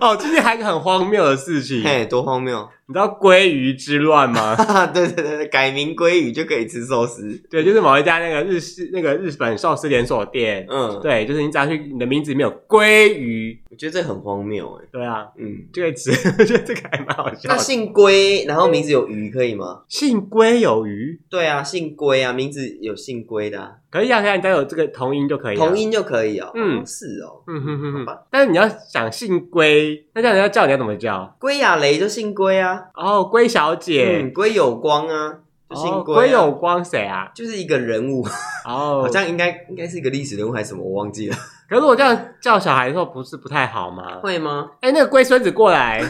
Speaker 1: 哦，今天还有一个很荒谬的事情，
Speaker 2: 嘿，多荒谬！
Speaker 1: 你知道鲑鱼之乱吗？
Speaker 2: 哈哈，对对对对，改名鲑鱼就可以吃寿司。
Speaker 1: 对，就是某一家那个日式那个日本寿司连锁店，
Speaker 2: 嗯，
Speaker 1: 对，就是你只要去，你的名字里面有鲑鱼，
Speaker 2: 我觉得这很荒谬哎。
Speaker 1: 对啊，
Speaker 2: 嗯，
Speaker 1: 这个词， 我觉得这个还蛮好笑
Speaker 2: 那
Speaker 1: 的。
Speaker 2: 姓龟，然后名字有鱼可以吗？
Speaker 1: 姓龟有鱼，
Speaker 2: 对啊，姓龟啊，名字有姓龟的、啊，
Speaker 1: 可是要要你只要有这个同音就可以了。
Speaker 2: 同音就可以哦。
Speaker 1: 啊嗯
Speaker 2: 哦是哦。
Speaker 1: 嗯哼哼
Speaker 2: 好
Speaker 1: 哼
Speaker 2: 吧，
Speaker 1: 但是你要想姓龟，那这样人家叫你要怎么叫？
Speaker 2: 龟亚雷就姓龟啊，
Speaker 1: 哦，龟小姐
Speaker 2: 嗯，，龟有光啊，就姓
Speaker 1: 哦，
Speaker 2: 龟、啊。
Speaker 1: 龟有光谁啊？
Speaker 2: 就是一个人物，
Speaker 1: 哦，
Speaker 2: 好像应该应该是一个历史人物还是什么，我忘记 了。
Speaker 1: 可是我这样叫小孩的时候，不是不太好吗？
Speaker 2: 会吗？
Speaker 1: 哎、那个龟孙子过来，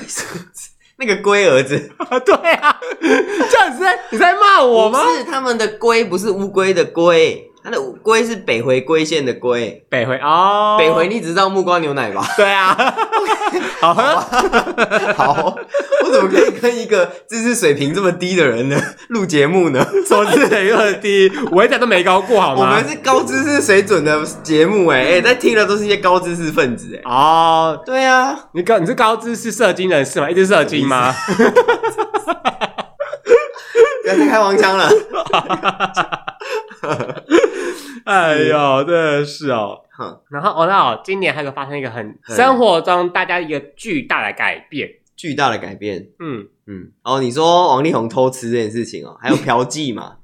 Speaker 2: 那个龟儿子
Speaker 1: 对啊，这样你是在你在骂我吗？
Speaker 2: 不是他们的龟，不是乌龟的龟，他的龟是北回归线的龟。
Speaker 1: 北回哦，
Speaker 2: 北回，你只知道木瓜牛奶吧？
Speaker 1: 对啊， 好喝，
Speaker 2: 好，我怎么可以跟一个知识水平这么低的人呢录节目呢？
Speaker 1: 什么之类的低，我一点都没高过好
Speaker 2: 我
Speaker 1: 吗？嗯
Speaker 2: 们是高知识水准的节目哎、哎，在听的都是一些高知识分子哎、
Speaker 1: 哦，
Speaker 2: 对啊，
Speaker 1: 你高你是高知识社经人士吗？一直社经吗？
Speaker 2: 不要再开黄腔了。
Speaker 1: 哎呦，真的是哦。
Speaker 2: 哼，
Speaker 1: 然后哦，那哦，今年还有发生一个很
Speaker 2: 嗯
Speaker 1: 生活中大家一个巨大的改变，
Speaker 2: 巨大的改变，
Speaker 1: 嗯，
Speaker 2: 嗯，哦，你说王力宏偷吃这件事情 哦，还有嫖妓嘛？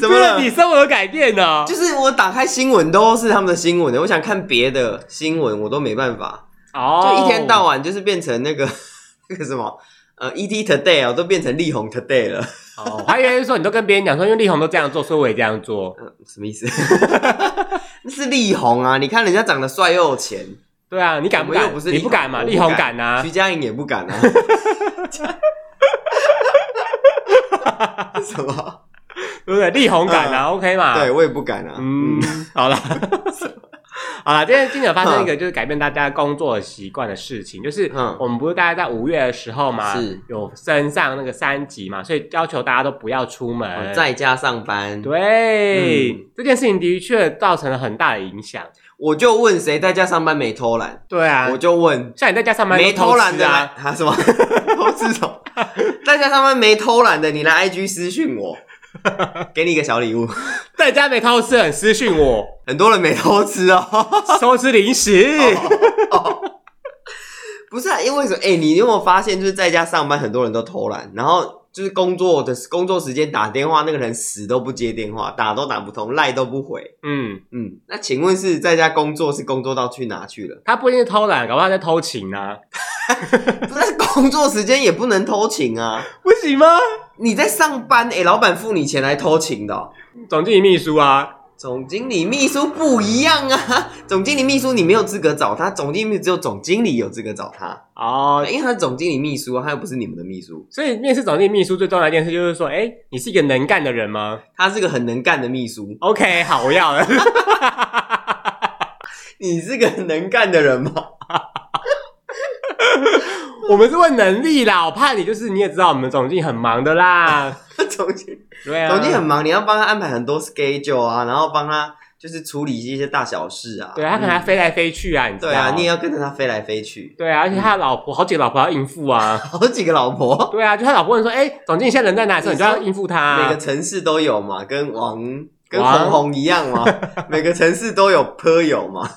Speaker 2: 怎么
Speaker 1: 啊
Speaker 2: 了
Speaker 1: 这是？你生活的改变呢？
Speaker 2: 啊就是我打开新闻都是他们的新闻的，我想看别的新闻我都没办法，
Speaker 1: 哦，
Speaker 2: 就一天到晚就是变成那个 那个什么呃，ET Today 哦，都变成力宏 Today 了，
Speaker 1: 哦，我还以为是说你都跟别人讲说，因为力宏都这样做，所以我也这样做。
Speaker 2: 呃什 么意思？那是力宏啊！你看人家长得帅又有钱，
Speaker 1: 对啊，你敢不
Speaker 2: 我们
Speaker 1: 敢？
Speaker 2: 又不是
Speaker 1: 你不敢嘛？
Speaker 2: 我
Speaker 1: 力宏敢啊
Speaker 2: 徐！佳莹也不 敢啊。 什么？
Speaker 1: 对不对？力宏敢啊，OK 嘛？
Speaker 2: 嗯对，我也不敢啊。
Speaker 1: 嗯
Speaker 2: 嗯，，
Speaker 1: 好了， 好了，今天今天有发生一个就是改变大家工作习惯的事情，就是
Speaker 2: 嗯
Speaker 1: 我们不是大家在五月的时候嘛
Speaker 2: 是，
Speaker 1: 有升上那个三级嘛，所以要求大家都不要出门
Speaker 2: 我。哦在家上班，
Speaker 1: 对
Speaker 2: 嗯
Speaker 1: 这件事情的确造成了很大的影响。
Speaker 2: 我就问谁在家上班没偷懒，
Speaker 1: 对啊
Speaker 2: 我，就问
Speaker 1: 像你在家上班
Speaker 2: 没
Speaker 1: 都偷
Speaker 2: 懒
Speaker 1: 吃
Speaker 2: 的来
Speaker 1: 啊，
Speaker 2: 啊什么偷吃什 么？在家上班没偷懒的，你来 IG 私讯我， 给你一个小礼物。
Speaker 1: 在家没偷吃，很私讯我
Speaker 2: 很多人没偷吃哦，
Speaker 1: 偷吃零食。
Speaker 2: 不是、啊，因为什么？哎、你有没有发现，就是在家上班，很多人都偷懒，然后就是工作的工作时间打电话，那个人死都不接电话，打都打不通，赖都不回。
Speaker 1: 嗯，
Speaker 2: 嗯，那请问是在家工作是工作到去哪去了？
Speaker 1: 他不一定是偷懒，搞不好他在偷情啊，
Speaker 2: 不是工作时间也不能偷情啊！
Speaker 1: 不行吗？
Speaker 2: 你在上班，哎、老板付你钱来偷情的哦、
Speaker 1: 总经理秘书啊，
Speaker 2: 总经理秘书不一样啊， 总经理秘书你没有资格找他，总经理只有总经理有资格找他，
Speaker 1: 哦，
Speaker 2: 因为他是总经理秘书啊，他又不是你们的秘书，
Speaker 1: 所以面试总经理秘书最重要的一件事就是说，哎、你是一个能干的人吗
Speaker 2: 他是个很能干的秘书。
Speaker 1: ？OK，好，我要了。
Speaker 2: 你是个能干的人吗？
Speaker 1: 我们是问能力啦，我怕你就是你也知道，我们总经理很忙的啦。
Speaker 2: 总经
Speaker 1: 对啊，
Speaker 2: 总经理很忙，你要帮他安排很多 schedule 啊，然后帮他就是处理一些大小事啊。
Speaker 1: 对他可能还
Speaker 2: 嗯
Speaker 1: 飞来飞去啊，你知道？
Speaker 2: 对啊，你也要跟着他飞来飞去，
Speaker 1: 对啊，而且他的老婆好几个老婆要应付啊。
Speaker 2: 好几个老婆，
Speaker 1: 对啊，就他老婆问说，哎、总经理现在人在哪的时候，你就要应付他、
Speaker 2: 每个城市都有嘛，跟啊王跟
Speaker 1: 王
Speaker 2: 红红一样 嘛，每个城市都有坡友嘛。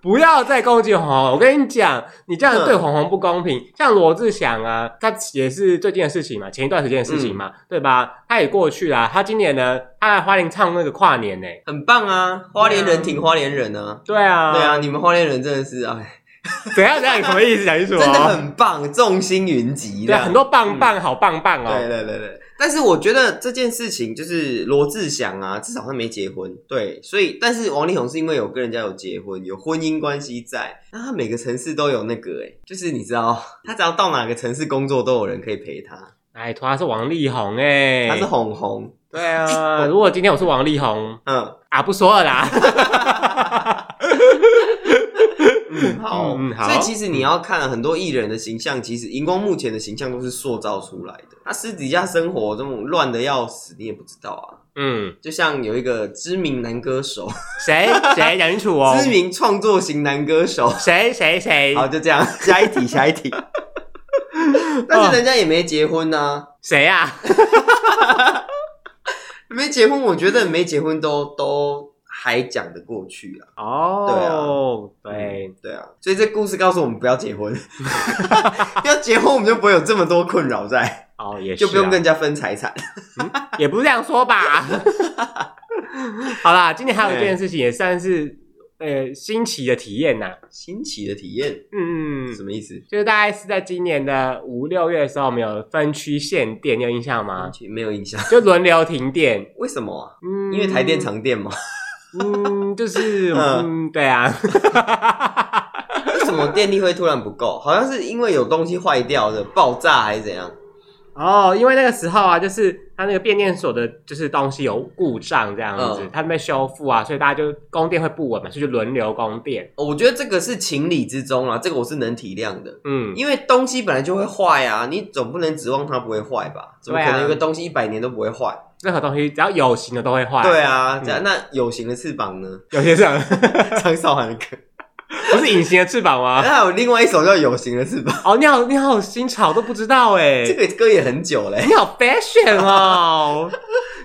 Speaker 1: 不要再攻击红红！我跟你讲，你这样对红红不公平。像罗志祥啊，他也是最近的事情嘛，前一段时间的事情
Speaker 2: 嗯
Speaker 1: 嘛，对吧？他也过去啦。他今年呢，他来花莲唱那个跨年呢、
Speaker 2: 很棒啊，花莲人挺花莲人啊。
Speaker 1: 对啊，
Speaker 2: 对，啊，你们花莲人真的是哎，
Speaker 1: 怎样怎样？什么意思？讲清楚哦。
Speaker 2: 真的很棒，众星云集
Speaker 1: 对
Speaker 2: 的
Speaker 1: 啊，很多棒棒，好棒棒
Speaker 2: 对
Speaker 1: 哦。
Speaker 2: 对对对，但是我觉得这件事情就是罗志祥啊，至少他没结婚，对，所以但是王力宏是因为有跟人家有结婚，有婚姻关系在，那他每个城市都有那个、欸，就是你知道，他只要到哪个城市工作，都有人可以陪他，
Speaker 1: 哎，他是王力宏哎、
Speaker 2: 他是红红，
Speaker 1: 对啊， 如果今天我是王力宏
Speaker 2: 嗯
Speaker 1: 啊，不说了 啦。
Speaker 2: 嗯，好，
Speaker 1: 嗯好
Speaker 2: 所以其实你要看很多艺人的形象，其实荧光幕前的形象都是塑造出来的，他私底下生活这种乱的要死，你也不知道啊。
Speaker 1: 嗯，
Speaker 2: 就像有一个知名男歌手，
Speaker 1: 谁谁讲清楚哦，
Speaker 2: 知名创作型男歌手。
Speaker 1: 谁谁谁
Speaker 2: 好，就这样，哎下一题，下一题。 但是人家也没结婚呐、
Speaker 1: 谁啊？
Speaker 2: 没结婚，我觉得没结婚都都还讲得过去啊。
Speaker 1: 哦，对，
Speaker 2: 嗯对啊，所以这故事告诉我们不要结 婚，要结婚我们就不会有这么多困扰在，
Speaker 1: 哦也是啊，
Speaker 2: 就不用跟人家分财产。
Speaker 1: 也不是这样说吧。 好啦，今天还有一件事情也算是呃新奇的体验呐。
Speaker 2: 新奇的体验
Speaker 1: 嗯，
Speaker 2: 什么意思？
Speaker 1: 就是大概是在今年的五六月的时候，我们有分区限电，你有印象吗？
Speaker 2: 没有印象，
Speaker 1: 就轮流停电，
Speaker 2: 为什么啊？
Speaker 1: 嗯，
Speaker 2: 因为台电，常电嘛。
Speaker 1: 嗯， 就是嗯，对啊， 嗯
Speaker 2: 为什么电力会突然不够？好像是因为有东西坏掉的，爆炸还是怎样？
Speaker 1: 哦，因为那个时候啊，就是它那个变电所的，就是东西有故障这样子，
Speaker 2: 嗯
Speaker 1: 它没修复啊，所以大家就供电会不稳嘛，所以就轮流供电。
Speaker 2: 哦我觉得这个是情理之中啊，这个我是能体谅的。
Speaker 1: 嗯，
Speaker 2: 因为东西本来就会坏啊，你总不能指望它不会坏吧？怎么
Speaker 1: 对啊
Speaker 2: 可能有个东西一百年都不会坏？
Speaker 1: 任何东西只要有形的都会坏。
Speaker 2: 对，啊，
Speaker 1: 嗯
Speaker 2: 这样那有形的翅膀呢？
Speaker 1: 有些人
Speaker 2: 张韶涵的歌，
Speaker 1: 不是隐形的翅膀吗？
Speaker 2: 那还有另外一首叫《有形的翅膀
Speaker 1: 哦，你好，你好新潮都不知道哎、》，
Speaker 2: 这个歌也很久嘞。
Speaker 1: 你好 fashion 哦。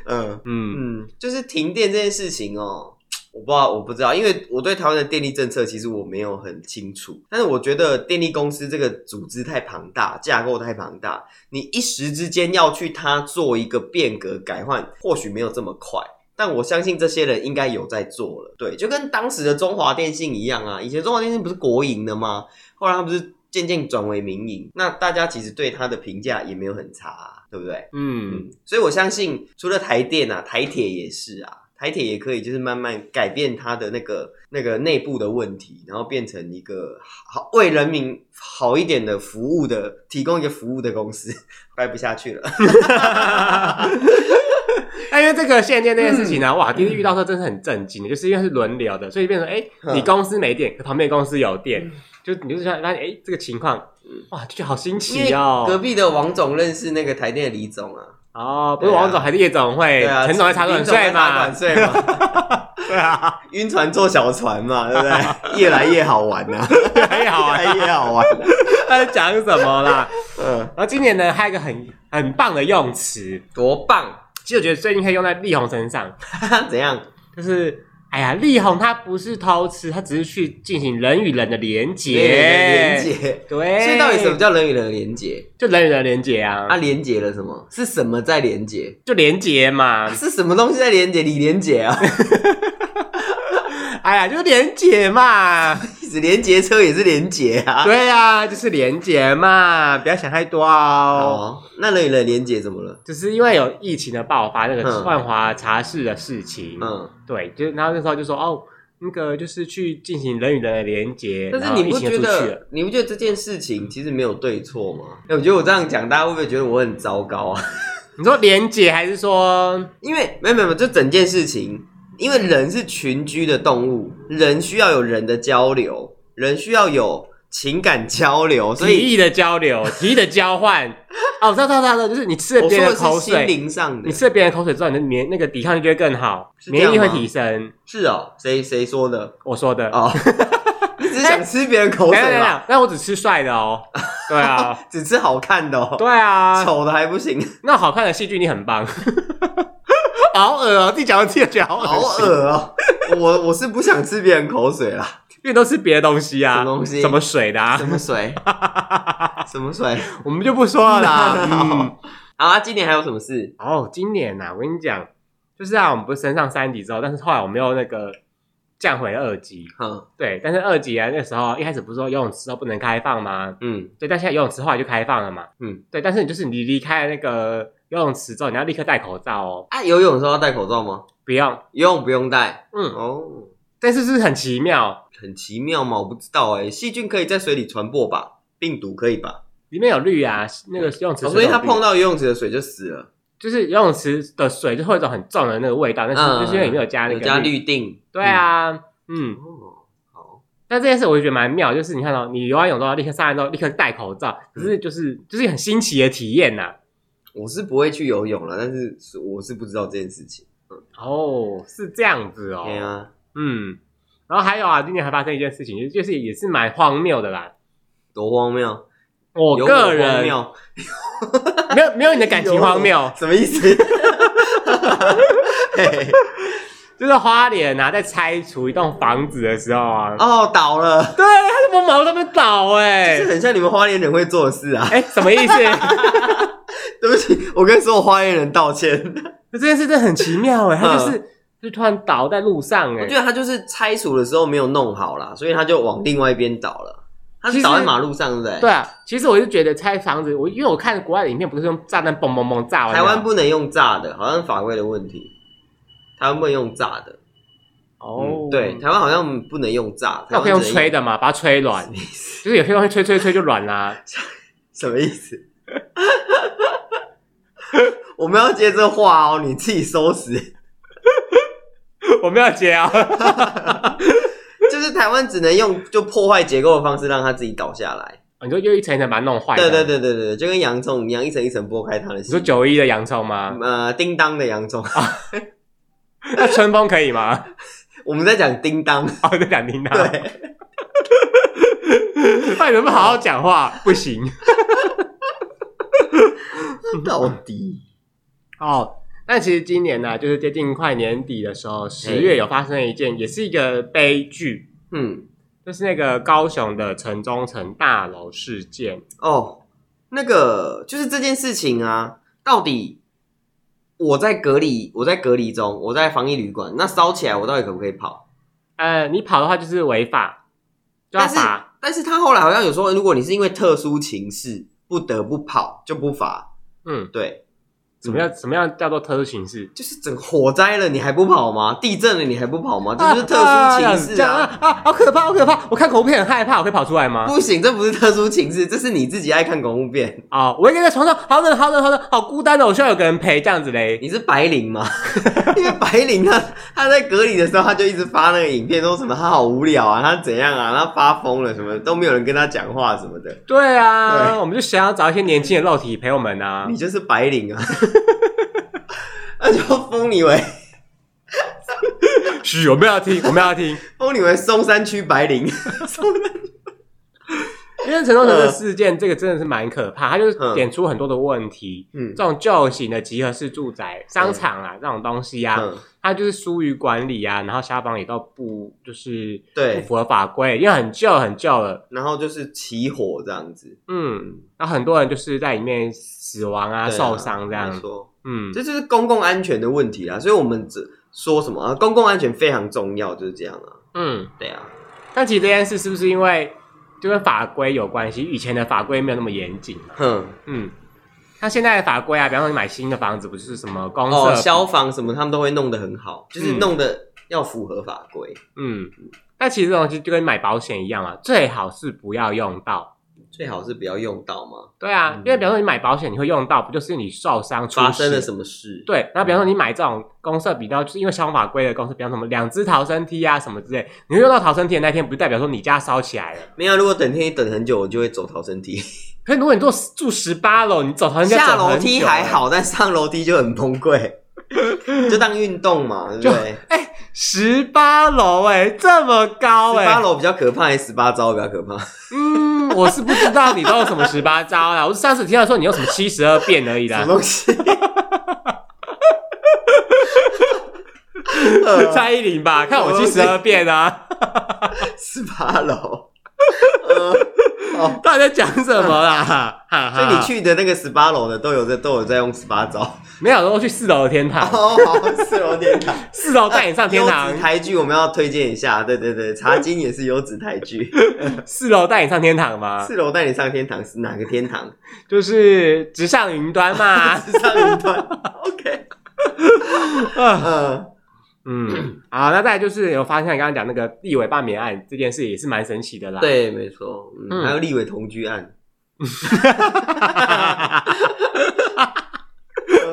Speaker 2: 嗯
Speaker 1: 嗯，
Speaker 2: 嗯，就是停电这件事情哦。我不知道，我不知道，因为我对台湾的电力政策其实我没有很清楚。但是我觉得电力公司这个组织太庞大，架构太庞大，你一时之间要去它做一个变革改换，或许没有这么快。但我相信这些人应该有在做了，对，就跟当时的中华电信一样啊。以前中华电信不是国营的吗？后来它不是渐渐转为民营，那大家其实对它的评价也没有很差、啊，对不对？
Speaker 1: 嗯，
Speaker 2: 嗯，所以我相信，除了台电啊，台铁也是啊，台铁也可以就是慢慢改变它的那个那个内部的问题，然后变成一个好为人民好一点的服务的，提供一个服务的公司。 待不 下去了，
Speaker 1: 那因为这个限电这件事情
Speaker 2: 嗯
Speaker 1: 呢、哇，第一次遇到的时候真是很震惊的，就是因为是轮流的，所以变成哎、
Speaker 2: 嗯
Speaker 1: 你公司没电，可旁边公司有电，就你就是想发现哎，这个情况
Speaker 2: 嗯，
Speaker 1: 哇，就觉得好新
Speaker 2: 因为
Speaker 1: 奇哦。
Speaker 2: 隔壁的王总认识那个台电的李总啊，
Speaker 1: 哦，不是
Speaker 2: 对啊
Speaker 1: 王总还是叶总会，
Speaker 2: 对啊，
Speaker 1: 哎陈总在茶馆
Speaker 2: 林总在
Speaker 1: 睡
Speaker 2: 茶
Speaker 1: 嘛
Speaker 2: 馆？睡嘛，
Speaker 1: 对啊，
Speaker 2: 晕船坐小船嘛，对不对？ 越来越好玩啊，
Speaker 1: 还好啊，
Speaker 2: 越来越好玩。
Speaker 1: 他在讲什么啦？
Speaker 2: 嗯，
Speaker 1: 然后今年呢，还有一个很很棒的用词，
Speaker 2: 多棒！
Speaker 1: 其实我觉得最近可以用在力宏身上，
Speaker 2: 怎样？
Speaker 1: 就是哎呀，力宏他不是偷吃，他只是去进行人与人的连接，
Speaker 2: 连连，接。
Speaker 1: 对，
Speaker 2: 所以到底什么叫人与人的连接？
Speaker 1: 就人与人连接啊？
Speaker 2: 啊，连接了什么？是什么在连接？
Speaker 1: 就连接嘛，
Speaker 2: 是什么东西在连接？李连杰啊，
Speaker 1: 哎呀，就是连接嘛，
Speaker 2: 一直连接车也是连接啊。
Speaker 1: 对啊，就是连接嘛，不要想太多哦。
Speaker 2: 哦，那人与人的连接怎么了？
Speaker 1: 就是因为有疫情的爆发，那个
Speaker 2: 嗯
Speaker 1: 万华茶室的事情，
Speaker 2: 嗯，
Speaker 1: 对，就然后那时候就说哦，那个就是去进行人与人的连接，
Speaker 2: 但
Speaker 1: 然
Speaker 2: 是
Speaker 1: 后
Speaker 2: 你不
Speaker 1: 疫情就
Speaker 2: 觉
Speaker 1: 出去了？
Speaker 2: 得你不觉得这件事情其实没有对错吗？哎、我觉得我这样讲，大家会不会觉得我很糟糕啊？
Speaker 1: 你说连接还是说
Speaker 2: 因为没有没有，没有这整件事情，因为人是群居的动物，人需要有人的交流，人需要有情感交流，所
Speaker 1: 提
Speaker 2: 以
Speaker 1: 议的交流、提议的交换？哦，我知道，知道，知道，就是你吃了
Speaker 2: 我
Speaker 1: 别
Speaker 2: 说
Speaker 1: 人
Speaker 2: 的
Speaker 1: 的口
Speaker 2: 是心
Speaker 1: 水，
Speaker 2: 灵上的
Speaker 1: 你。吃了别人的口水之后，你的免那个抵抗力就会更好，
Speaker 2: 是这
Speaker 1: 免疫
Speaker 2: 样
Speaker 1: 力会
Speaker 2: 吗
Speaker 1: 提升。
Speaker 2: 是哦，谁谁说的？
Speaker 1: 我说的，
Speaker 2: 哦，你只是想吃别人口
Speaker 1: 没有没
Speaker 2: 水
Speaker 1: 有，没有
Speaker 2: 吧？
Speaker 1: 但我只吃帅的哦。对 啊，
Speaker 2: 只吃好看的哦，
Speaker 1: 对啊，
Speaker 2: 丑的还不行，
Speaker 1: 那好看的戏剧你很棒。 好恶哦、自己讲到自己觉得好恶
Speaker 2: 好
Speaker 1: 心，
Speaker 2: 恶哦！我我是不想吃别人口水啦，
Speaker 1: 因为都是别的东西啊，
Speaker 2: 什么东西
Speaker 1: 什么水的啊
Speaker 2: 什，么水？ 什么水？
Speaker 1: 我们就不说了啦。嗯，
Speaker 2: 好啊，今年还有什么事？
Speaker 1: 哦，今年呐、啊，我跟你讲，就是啊，我们不是升上三级之后，但是后来我们又那个降回二级，
Speaker 2: 嗯
Speaker 1: 对，但是二级啊，那时候一开始不是说游泳池都不能开放吗？
Speaker 2: 嗯
Speaker 1: 对，但现在游泳池后来就开放了嘛，
Speaker 2: 嗯，
Speaker 1: 对，但是你就是你离开那个游泳池之后，你要立刻戴口罩哦，
Speaker 2: 啊，游泳的时候要戴口罩吗？
Speaker 1: 不用，
Speaker 2: 游泳不用戴
Speaker 1: 嗯，
Speaker 2: 哦，
Speaker 1: 但是是不是很奇妙？
Speaker 2: 很奇妙嘛，我不知道哎，细菌可以在水里传播吧？病毒可以吧？
Speaker 1: 里面有氯啊，那个游泳池、
Speaker 2: 哦所以它碰，到游泳池的水就死了。
Speaker 1: 就是游泳池的水就会有一种很重的那个味道，但是就是因为里面有加那
Speaker 2: 嗯有
Speaker 1: 个
Speaker 2: 加滤定，
Speaker 1: 对啊，嗯。
Speaker 2: 嗯。哦，好，
Speaker 1: 但这件事我就觉得蛮妙，就是你看到、你游完泳之后立刻上岸之后立刻戴口罩，可是就是就是很新奇的体验呐、
Speaker 2: 我是不会去游泳了，但是我是不知道这件事情。
Speaker 1: 哦，是这样子哦。
Speaker 2: 对啊，
Speaker 1: 嗯，然后还有啊，今年还发生一件事情，就就是也是蛮荒谬的啦。
Speaker 2: 多荒谬！
Speaker 1: 我
Speaker 2: 有
Speaker 1: 个
Speaker 2: 我荒
Speaker 1: 人
Speaker 2: 谬
Speaker 1: 没有没有你的感情荒谬，
Speaker 2: 什么意思？ 嘿
Speaker 1: 就是花莲啊，在拆除一栋房子的时候啊，
Speaker 2: 哦，倒了，
Speaker 1: 对，他怎么毛那边倒哎、
Speaker 2: 这很像你们花莲人会做的事啊！
Speaker 1: 哎、什么意思？
Speaker 2: 对不起，我跟所有花莲人道歉。
Speaker 1: 这件事真的很奇妙哎、他就是、就突然倒在路上哎、
Speaker 2: 嗯我觉得他就是拆除的时候没有弄好啦，所以他就往另外一边倒了。他
Speaker 1: 其
Speaker 2: 是
Speaker 1: 实
Speaker 2: 倒在马路上，对不对？
Speaker 1: 对啊，其实我就觉得拆房子，我因为我看国外的影片，不是用炸弹嘣嘣嘣炸完吗，啊
Speaker 2: 台湾不能用炸的，好像法规的问题。台湾不能用炸的，
Speaker 1: 哦、
Speaker 2: 嗯，对，，台湾好像不能用炸，
Speaker 1: 那我可以用吹
Speaker 2: 的，
Speaker 1: 的嘛，把它吹软，就是有些东西吹吹吹就软 啦、
Speaker 2: 什么意思？ 我们要接这话哦，你自己收拾。
Speaker 1: 我没有接啊，
Speaker 2: 就是台湾只能用就破坏结构的方式让它自己倒下来。
Speaker 1: 你说又一层一层把它弄坏，
Speaker 2: 对对，对对对，就跟洋葱一样，一层一层剥开它的
Speaker 1: 你说
Speaker 2: 心。
Speaker 1: 九一的洋葱吗？
Speaker 2: 呃，叮当的洋葱，
Speaker 1: 那春风可以吗？
Speaker 2: 我们在讲叮当，
Speaker 1: 哦，在讲叮当，
Speaker 2: 对。
Speaker 1: 那你们不好好讲话，不 行。
Speaker 2: 到底
Speaker 1: 哦，那其实今年呢、就是接近快年底的时候，十月有发生一件，也是一个悲剧，
Speaker 2: 嗯，
Speaker 1: 就是那个高雄的城中城大楼事件。
Speaker 2: 哦，那个就是这件事情啊，到底我在隔离，我在隔离中，我在防疫旅馆，那烧起来，我到底可不可以跑？
Speaker 1: 呃，你跑的话就是违法，就要
Speaker 2: 但是
Speaker 1: 罚。，
Speaker 2: 但是他后来好像有说，如果你是因为特殊情势不得不跑，就不罚。
Speaker 1: 嗯，
Speaker 2: 对，
Speaker 1: 什么样什么样叫做特殊形式？
Speaker 2: 就是整火灾了，你还不跑吗？地震了，你还不跑吗？这就是特殊情势
Speaker 1: 啊
Speaker 2: 啊！
Speaker 1: 啊啊啊！好可怕，好可怕！我看恐怖片很害怕，我可以跑出来吗？
Speaker 2: 不行，这不是特殊情势，这是你自己爱看恐怖片。
Speaker 1: 哦，我一个人在床上，好冷，好冷，好冷，好孤单的，我需要有个人陪，这样子嘞。
Speaker 2: 你是白灵吗？ 因为白灵他他在隔离的时候，他就一直发那个影片，说什么他好无聊啊，他怎样啊，他发疯了什么，都没有人跟他讲话什么的。
Speaker 1: 对啊，
Speaker 2: 对
Speaker 1: 我们就想要找一些年轻的肉体陪我们啊
Speaker 2: 你。就是白灵啊， 那就封你为
Speaker 1: 嘘，我们要听，我们要听。
Speaker 2: 封你为松山区白灵。
Speaker 1: 因为陈忠诚的事件，这个真的是蛮可怕，他就是点出很多的问题。
Speaker 2: 嗯
Speaker 1: 这种旧型的集合式住宅、商场啊，这种东西啊，
Speaker 2: 嗯，
Speaker 1: 它就是疏于管理啊，然后消防也都不就是不
Speaker 2: 对，
Speaker 1: 符合法规，因为很旧很旧了。
Speaker 2: 然后就是起火这样子，
Speaker 1: 嗯，然后很多人就是在里面死亡啊、
Speaker 2: 对啊
Speaker 1: 受伤这
Speaker 2: 没
Speaker 1: 样。
Speaker 2: 错
Speaker 1: 嗯，
Speaker 2: 这就是公共安全的问题啊啦。所以我们只说什么啊，公共安全非常重要，就是这样啊。
Speaker 1: 嗯，
Speaker 2: 对啊，
Speaker 1: 但其实这件事是不是因为就跟法规有关系？以前的法规没有那么严谨嘛。
Speaker 2: 哼，
Speaker 1: 嗯，像现在的法规啊，比方说你买新的房子，不是什么公社、
Speaker 2: 哦，消防什么他们都会弄得很好，就是
Speaker 1: 嗯
Speaker 2: 弄得要符合法规。
Speaker 1: 嗯，但其实这种东西就跟买保险一样啊，最好是不要用到。
Speaker 2: 最好是不要用到嘛。
Speaker 1: 对啊，
Speaker 2: 嗯
Speaker 1: 因为比方说你买保险，你会用到，不就是你受伤出
Speaker 2: 发生
Speaker 1: 事？
Speaker 2: 了什么事？
Speaker 1: 对，那比
Speaker 2: 嗯
Speaker 1: 方说你买这种公社比较，就是因为消防法规的公社，比方什么两只逃生梯啊什么之类，你会用到逃生梯的那天，不就代表说你家烧起来了？
Speaker 2: 没有，如果等天气等很久，我就会走逃 生梯。
Speaker 1: 可是如果你住住十八楼，你走逃生梯要
Speaker 2: 下
Speaker 1: 走
Speaker 2: 楼
Speaker 1: 很久
Speaker 2: 梯还，好，但上楼梯就很崩 溃，就当运动嘛，对不对？
Speaker 1: 十八楼哎，这么高哎、
Speaker 2: 十八楼比较可怕，还是十八招比较可怕？
Speaker 1: 嗯，我是不知道你都有什么十八招啦，我是上次听到说你有什么七十二变而已
Speaker 2: 什么
Speaker 1: 啦，
Speaker 2: 东西？啊呃
Speaker 1: 蔡依林吧，看我七十二变啊。
Speaker 2: 十八楼，呃，哦，
Speaker 1: 到底在讲什么啦？哈
Speaker 2: 所
Speaker 1: 哈
Speaker 2: 以你去的那个十八楼的都有在都有在用十八 招。
Speaker 1: 没有？我去四楼的天堂，
Speaker 2: 哦，好，四楼天堂，
Speaker 1: 四楼带你上天
Speaker 2: 优
Speaker 1: 堂
Speaker 2: 质，台剧我们要推荐一下，对对对，茶金也是优质 台剧。啊
Speaker 1: 四楼带你上天堂吗？
Speaker 2: 四楼带你上天堂是哪个天堂？
Speaker 1: 就是直上云端嘛。
Speaker 2: 上云端。OK，嗯，
Speaker 1: 啊嗯，好，那再来就是有发现刚刚讲那个立委罢免案这件事也是蛮神奇的啦。，
Speaker 2: 对，没错，嗯，
Speaker 1: 嗯
Speaker 2: 还有立委同居案，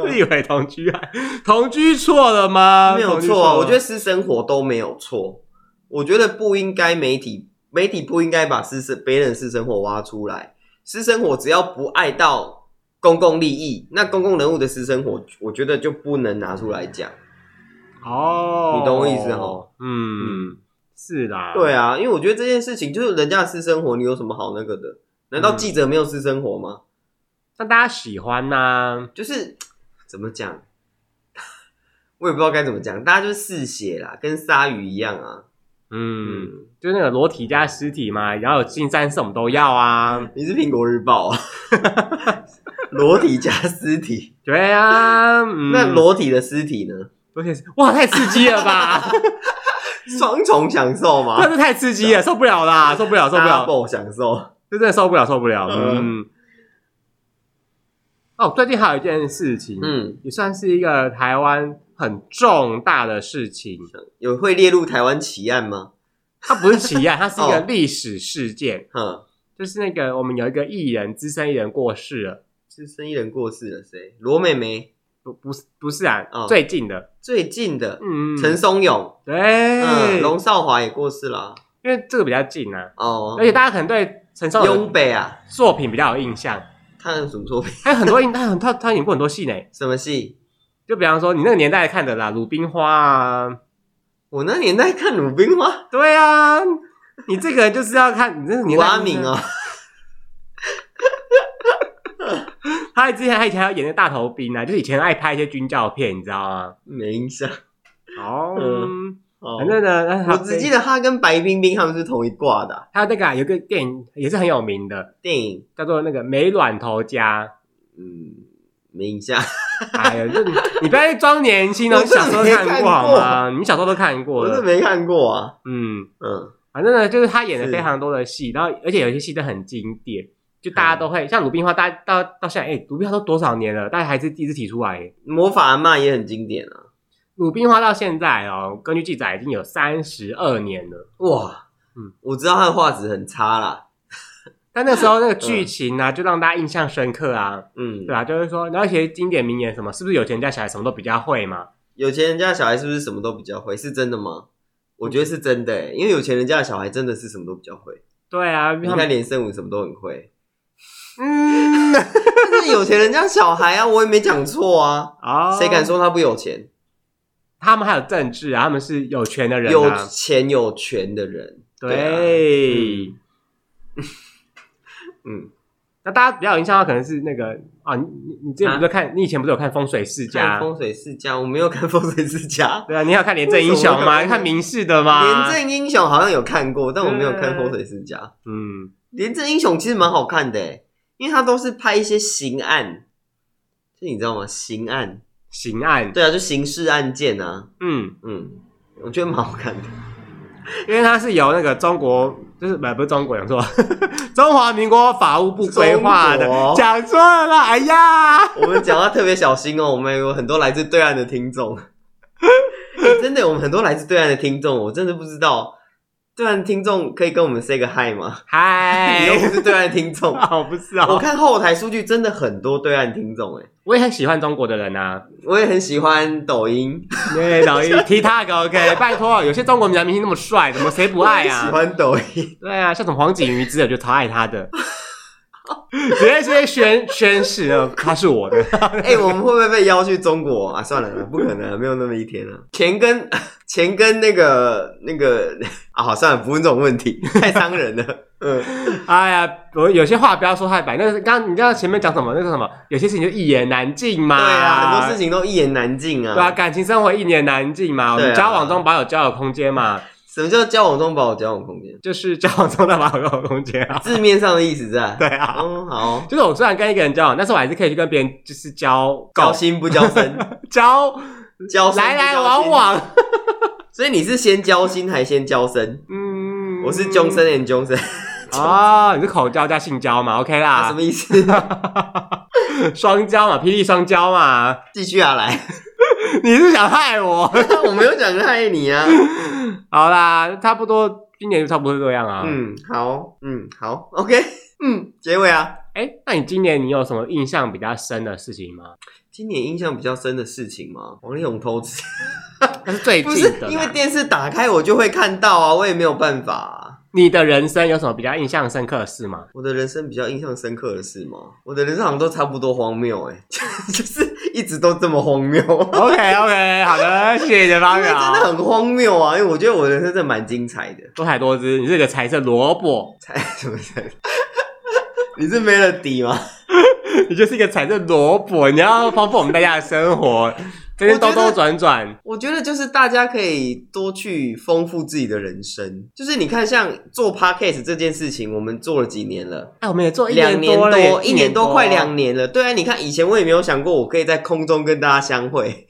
Speaker 1: 立委同居案，同居错了吗？
Speaker 2: 没有
Speaker 1: 同居
Speaker 2: 错啊，
Speaker 1: 了
Speaker 2: 我觉得私生活都没有错，我觉得不应该媒体媒体不应该把私生别人的私生活挖出来，私生活只要不碍到公共利益，那公共人物的私生活，我觉得就不能拿出来讲。
Speaker 1: 哦，
Speaker 2: 你懂我意思哦？
Speaker 1: 嗯，是啦，
Speaker 2: 对，啊，因为我觉得这件事情就是人家的私生活，你有什么好那个的？难道记者没有私生活吗？
Speaker 1: 那大家喜欢呐、
Speaker 2: 就是怎么讲， 我也不知道该怎么讲，大家就是嗜血啦，跟鲨鱼一样啊。
Speaker 1: 嗯，
Speaker 2: 嗯，
Speaker 1: 就是那个裸体加尸体嘛，然后有近三色我们都要啊，
Speaker 2: 你是苹果日报啊， 裸体加尸体，
Speaker 1: 对啊，嗯、
Speaker 2: 那裸体的尸体呢？
Speaker 1: 裸体是哇，太刺激了 吧，
Speaker 2: 双重享受吗
Speaker 1: 真的是太刺激了，受不了啦，受不了，受不了，
Speaker 2: ？double 享受，
Speaker 1: 这真的受不了，受不了，
Speaker 2: 嗯
Speaker 1: 嗯。哦，最近还有一件事情，
Speaker 2: 嗯，
Speaker 1: 也算是一个台湾很重大的事情。
Speaker 2: 有会列入台湾奇案吗？
Speaker 1: 它不是奇 案，它是一个
Speaker 2: 哦
Speaker 1: 历史事件，
Speaker 2: 哼，
Speaker 1: 就是那个我们有一个艺人，资深艺人过世了，
Speaker 2: 是生意人过世了，谁？罗美美
Speaker 1: 不不是不是啊，
Speaker 2: 哦
Speaker 1: 最近的，
Speaker 2: 最近的
Speaker 1: 嗯，
Speaker 2: 陈松勇，
Speaker 1: 对，
Speaker 2: 嗯，龙少华也过世了啊。
Speaker 1: 因为这个比较近啊，
Speaker 2: 哦，
Speaker 1: 而且大家可能对陈少勇
Speaker 2: 雍北啊，
Speaker 1: 作品比较有印象，
Speaker 2: 他有什么作品？
Speaker 1: 还有很多他很他他演过很多戏呢，
Speaker 2: 什么戏？
Speaker 1: 就比方说你那个年代看的啦，《鲁冰花》啊，
Speaker 2: 我那年代看《鲁冰花
Speaker 1: 对啊，你这个就是要看你这个》，年
Speaker 2: 古
Speaker 1: 代，
Speaker 2: 阿敏哦，，
Speaker 1: 他之前他以前还有演那个大头兵啊，就是以前爱拍一些军教片，你知道吗？
Speaker 2: 没印象。
Speaker 1: 哦，
Speaker 2: 嗯哦
Speaker 1: 反正呢，呃
Speaker 2: 我只记得他跟白冰冰他们是同一挂的啊
Speaker 1: 还有那个、啊、有个电影也是很有名的，
Speaker 2: 电影，
Speaker 1: 叫做那个《美卵头家
Speaker 2: 嗯，没印象。》。
Speaker 1: 哎呀，这你不要再装年轻了，
Speaker 2: 我
Speaker 1: 你
Speaker 2: 真的
Speaker 1: 小时候
Speaker 2: 没
Speaker 1: 看过
Speaker 2: 看
Speaker 1: 好
Speaker 2: 过
Speaker 1: 吗？你小时候都看过
Speaker 2: 我是
Speaker 1: 了，
Speaker 2: 没看过啊。
Speaker 1: 嗯，
Speaker 2: 嗯，
Speaker 1: 反正呢，就是他演了
Speaker 2: 是
Speaker 1: 非常多的戏，然后而且有些戏都很经典，就大家
Speaker 2: 嗯
Speaker 1: 都会、像《鲁冰花》，大家到到现在，哎、鲁冰花》都多少年了，大家还是第一次提出来耶。
Speaker 2: 魔法阿嬷也很经典啊。
Speaker 1: 鲁冰花到现在哦，根据记载已经有三十二年了。
Speaker 2: 哇，
Speaker 1: 嗯
Speaker 2: 我知道他的画质很差啦。
Speaker 1: 但那时候那个剧情啊，就让大家印象深刻啊，
Speaker 2: 嗯，
Speaker 1: 对啊，就是说，然后一些经典名言什么，是不是有钱人家小孩什么都比较会嘛？
Speaker 2: 有钱人家的小孩是不是什么都比较会？是真的吗？我觉得是真的、欸，因为有钱人家的小孩真的是什么都比较会。
Speaker 1: 对啊，因为
Speaker 2: 你
Speaker 1: 他
Speaker 2: 看
Speaker 1: 们
Speaker 2: 连胜文什么都很会，
Speaker 1: 嗯，
Speaker 2: 但是有钱人家的小孩啊，我也没讲错啊。
Speaker 1: 哦，
Speaker 2: 谁敢？说他不有钱？
Speaker 1: 他们还有政治啊，他们是有权的人、啊，
Speaker 2: 有钱有权的人，对啊，
Speaker 1: 对。
Speaker 2: 嗯，
Speaker 1: 那大家比较有印象的话可能是那个啊，你你你之前不是看，你以前不是有看风水世
Speaker 2: 看
Speaker 1: 家？
Speaker 2: 风水世家，我没有看风水世家，
Speaker 1: 对啊，你还有看廉政英雄
Speaker 2: 为什么
Speaker 1: 吗？
Speaker 2: 我没
Speaker 1: 你
Speaker 2: 有看
Speaker 1: 看明世的吗？
Speaker 2: 廉政英雄好像有看过，但我没有看风水世家。
Speaker 1: 嗯，
Speaker 2: 廉政英雄其实蛮好看的、欸，因为他都是拍一些刑案，就你知道吗？刑案，
Speaker 1: 刑案，
Speaker 2: 对啊，就刑事案件啊，
Speaker 1: 嗯，
Speaker 2: 嗯，我觉得蛮好看的。
Speaker 1: 因为它是由那个中国，就是不不是中国，讲错， 中华民国法务部规划的
Speaker 2: 中国，
Speaker 1: 讲错了，哎呀，
Speaker 2: 我们讲话特别小心哦，我 们有很多来自对岸的听众、 欸真的，我们很多来自对岸的听众，我真的不知道对岸听众可以跟我们 say 个 hi 吗？ 你又
Speaker 1: 嗨，
Speaker 2: 不是对岸听 众，
Speaker 1: 哦，不是
Speaker 2: 我
Speaker 1: 哦，
Speaker 2: 看后台数据真的很多对岸听众哎、
Speaker 1: 我也很喜欢中国的人啊，
Speaker 2: 我也很喜欢抖音，
Speaker 1: 对，老一踢他个 OK，拜托，有些中国明明星那么帅，怎么谁不爱啊？
Speaker 2: 喜欢抖 音，
Speaker 1: 对啊，像什么黄景瑜之类，我就超爱他的，直接直接宣宣誓呢，他是我的。
Speaker 2: 哎、我们会不会被邀去中国啊？算了啦，不可能啊，没有那么一天啊。钱跟 钱跟那个那个 啊，好，算了，不问这种问 题，太伤人了。嗯，
Speaker 1: 哎呀，我有些话不要说太白，那是刚你知道前面讲什么，那是什么，有些事情就一言难尽嘛。
Speaker 2: 对啊，很多事情都一言难尽啊。
Speaker 1: 对啊，感情生活一言难尽嘛，我
Speaker 2: 对
Speaker 1: 们
Speaker 2: 啊
Speaker 1: 交往中保有交友空间嘛，
Speaker 2: 什么叫交往中保有交往空间？
Speaker 1: 就是交往中的保有空间啊。
Speaker 2: 字面上的意思在。
Speaker 1: 对啊，
Speaker 2: 嗯，好，
Speaker 1: 就是我虽然跟一个人交往，但是我还是可以去跟别人就是交
Speaker 2: 交心不 交身，
Speaker 1: 交
Speaker 2: 交身不交心
Speaker 1: 来来往。往，
Speaker 2: 所以你是先交心还先交身？
Speaker 1: 嗯，
Speaker 2: 我是 Johnson and Johnson，
Speaker 1: 哦，你是口交加性交嘛？OK 啦，
Speaker 2: 啊 什么意思？
Speaker 1: 双交嘛，霹雳双交嘛，
Speaker 2: 继续啊，来，
Speaker 1: 你是想害我？
Speaker 2: 我没有想害你啊。
Speaker 1: 好啦，差不多，今年就差不多这样啊。嗯，
Speaker 2: 嗯，好，嗯，好，OK，嗯， 结尾啊。
Speaker 1: 哎、那你今年你有什么印象比较深的事情吗？
Speaker 2: 今年印象比较深的事情吗？王力宏偷吃，
Speaker 1: 那是最
Speaker 2: 不
Speaker 1: 近
Speaker 2: 是
Speaker 1: 的啦，
Speaker 2: 因为电视打开我就会看到啊，我也没有办法、啊。
Speaker 1: 你的人生有什么比较印象深刻的事吗？
Speaker 2: 欸 我的人生比较印象深刻的事吗？我的人生好像都差不多荒谬哎、就是一直都这么荒谬，
Speaker 1: OK OK，好的，谢谢你的发
Speaker 2: 因为真的
Speaker 1: 表。
Speaker 2: 很荒谬啊！因为我觉得我人生真的蛮精彩的，
Speaker 1: 多彩多姿，你是个彩色萝卜，
Speaker 2: 才什么才？ 你是没了底吗？
Speaker 1: 你就是一个彩色萝卜，你要丰富我们大家的生活，这边兜兜转转。
Speaker 2: 我觉得就是大家可以多去丰富自己的人生。就是你看，像做 podcast 这件事情，我们做了几年了？
Speaker 1: 哎，我们也做一
Speaker 2: 两
Speaker 1: 多
Speaker 2: 多，
Speaker 1: 了耶，
Speaker 2: 一年多，快两。年了。对啊，你看以前我也没有想过我可以在空中跟大家相会，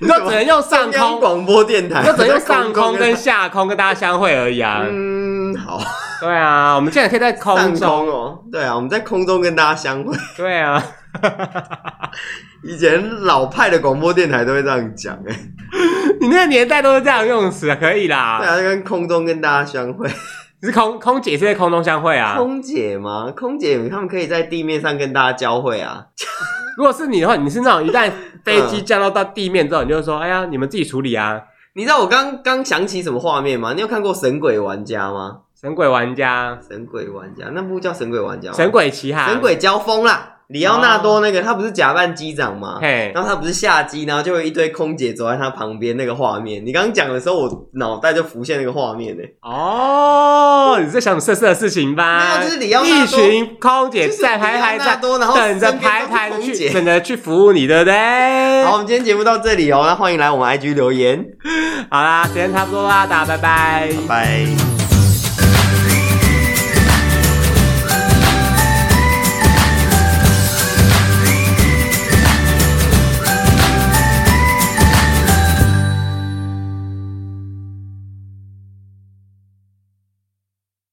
Speaker 1: 你就只能用 上
Speaker 2: 中央
Speaker 1: 空，
Speaker 2: 广播电台，
Speaker 1: 你就只能用上
Speaker 2: 空
Speaker 1: 空跟下空跟大家相会而已啊。
Speaker 2: 嗯，好，
Speaker 1: 对啊，我们现在可以在空
Speaker 2: 上
Speaker 1: 中
Speaker 2: 空，哦，对啊，我们在空中跟大家相会。
Speaker 1: 对啊，
Speaker 2: 以前老派的广播电台都会这样讲，哎，
Speaker 1: 你那个年代都是这样用词，可以
Speaker 2: 对
Speaker 1: 啦。
Speaker 2: 啊，跟空中跟大家相会。
Speaker 1: 你是空空姐是在空中相会啊。
Speaker 2: 空姐吗？空姐他们可以在地面上跟大家交汇啊。
Speaker 1: 如果是你的话，你是那种一旦飞机降落到地面之后，你就说：“哎呀，你们自己处理 啊，
Speaker 2: 你知道我刚刚想起什么画面吗？你有看过《神鬼玩家》吗？
Speaker 1: 神鬼玩家，
Speaker 2: 《神鬼玩家》那部叫《神鬼玩家》吗？
Speaker 1: 神鬼啊奇航，
Speaker 2: 哦神鬼交锋啦，里奥纳多那个他不是假扮机长吗？
Speaker 1: 嘿，
Speaker 2: 然后他不是下机，然后就有一堆空姐走在他旁边那个画面。你刚刚讲的时候，我脑袋就浮现那个画面呢、
Speaker 1: 哦，你在想色色的事情吧？
Speaker 2: 没有就是里奥纳多
Speaker 1: 一群空姐
Speaker 2: 就是
Speaker 1: 在排排
Speaker 2: 里奥纳
Speaker 1: 站，
Speaker 2: 多，然后
Speaker 1: 等着
Speaker 2: 身边
Speaker 1: 排
Speaker 2: 都是
Speaker 1: 排的
Speaker 2: 空
Speaker 1: 去，
Speaker 2: 姐
Speaker 1: 等着去服务你，对不对？
Speaker 2: 好，我们今天节目到这里哦，那欢迎来我们 IG 留言，
Speaker 1: 好啦，时间差不多啦，大家拜拜
Speaker 2: 拜。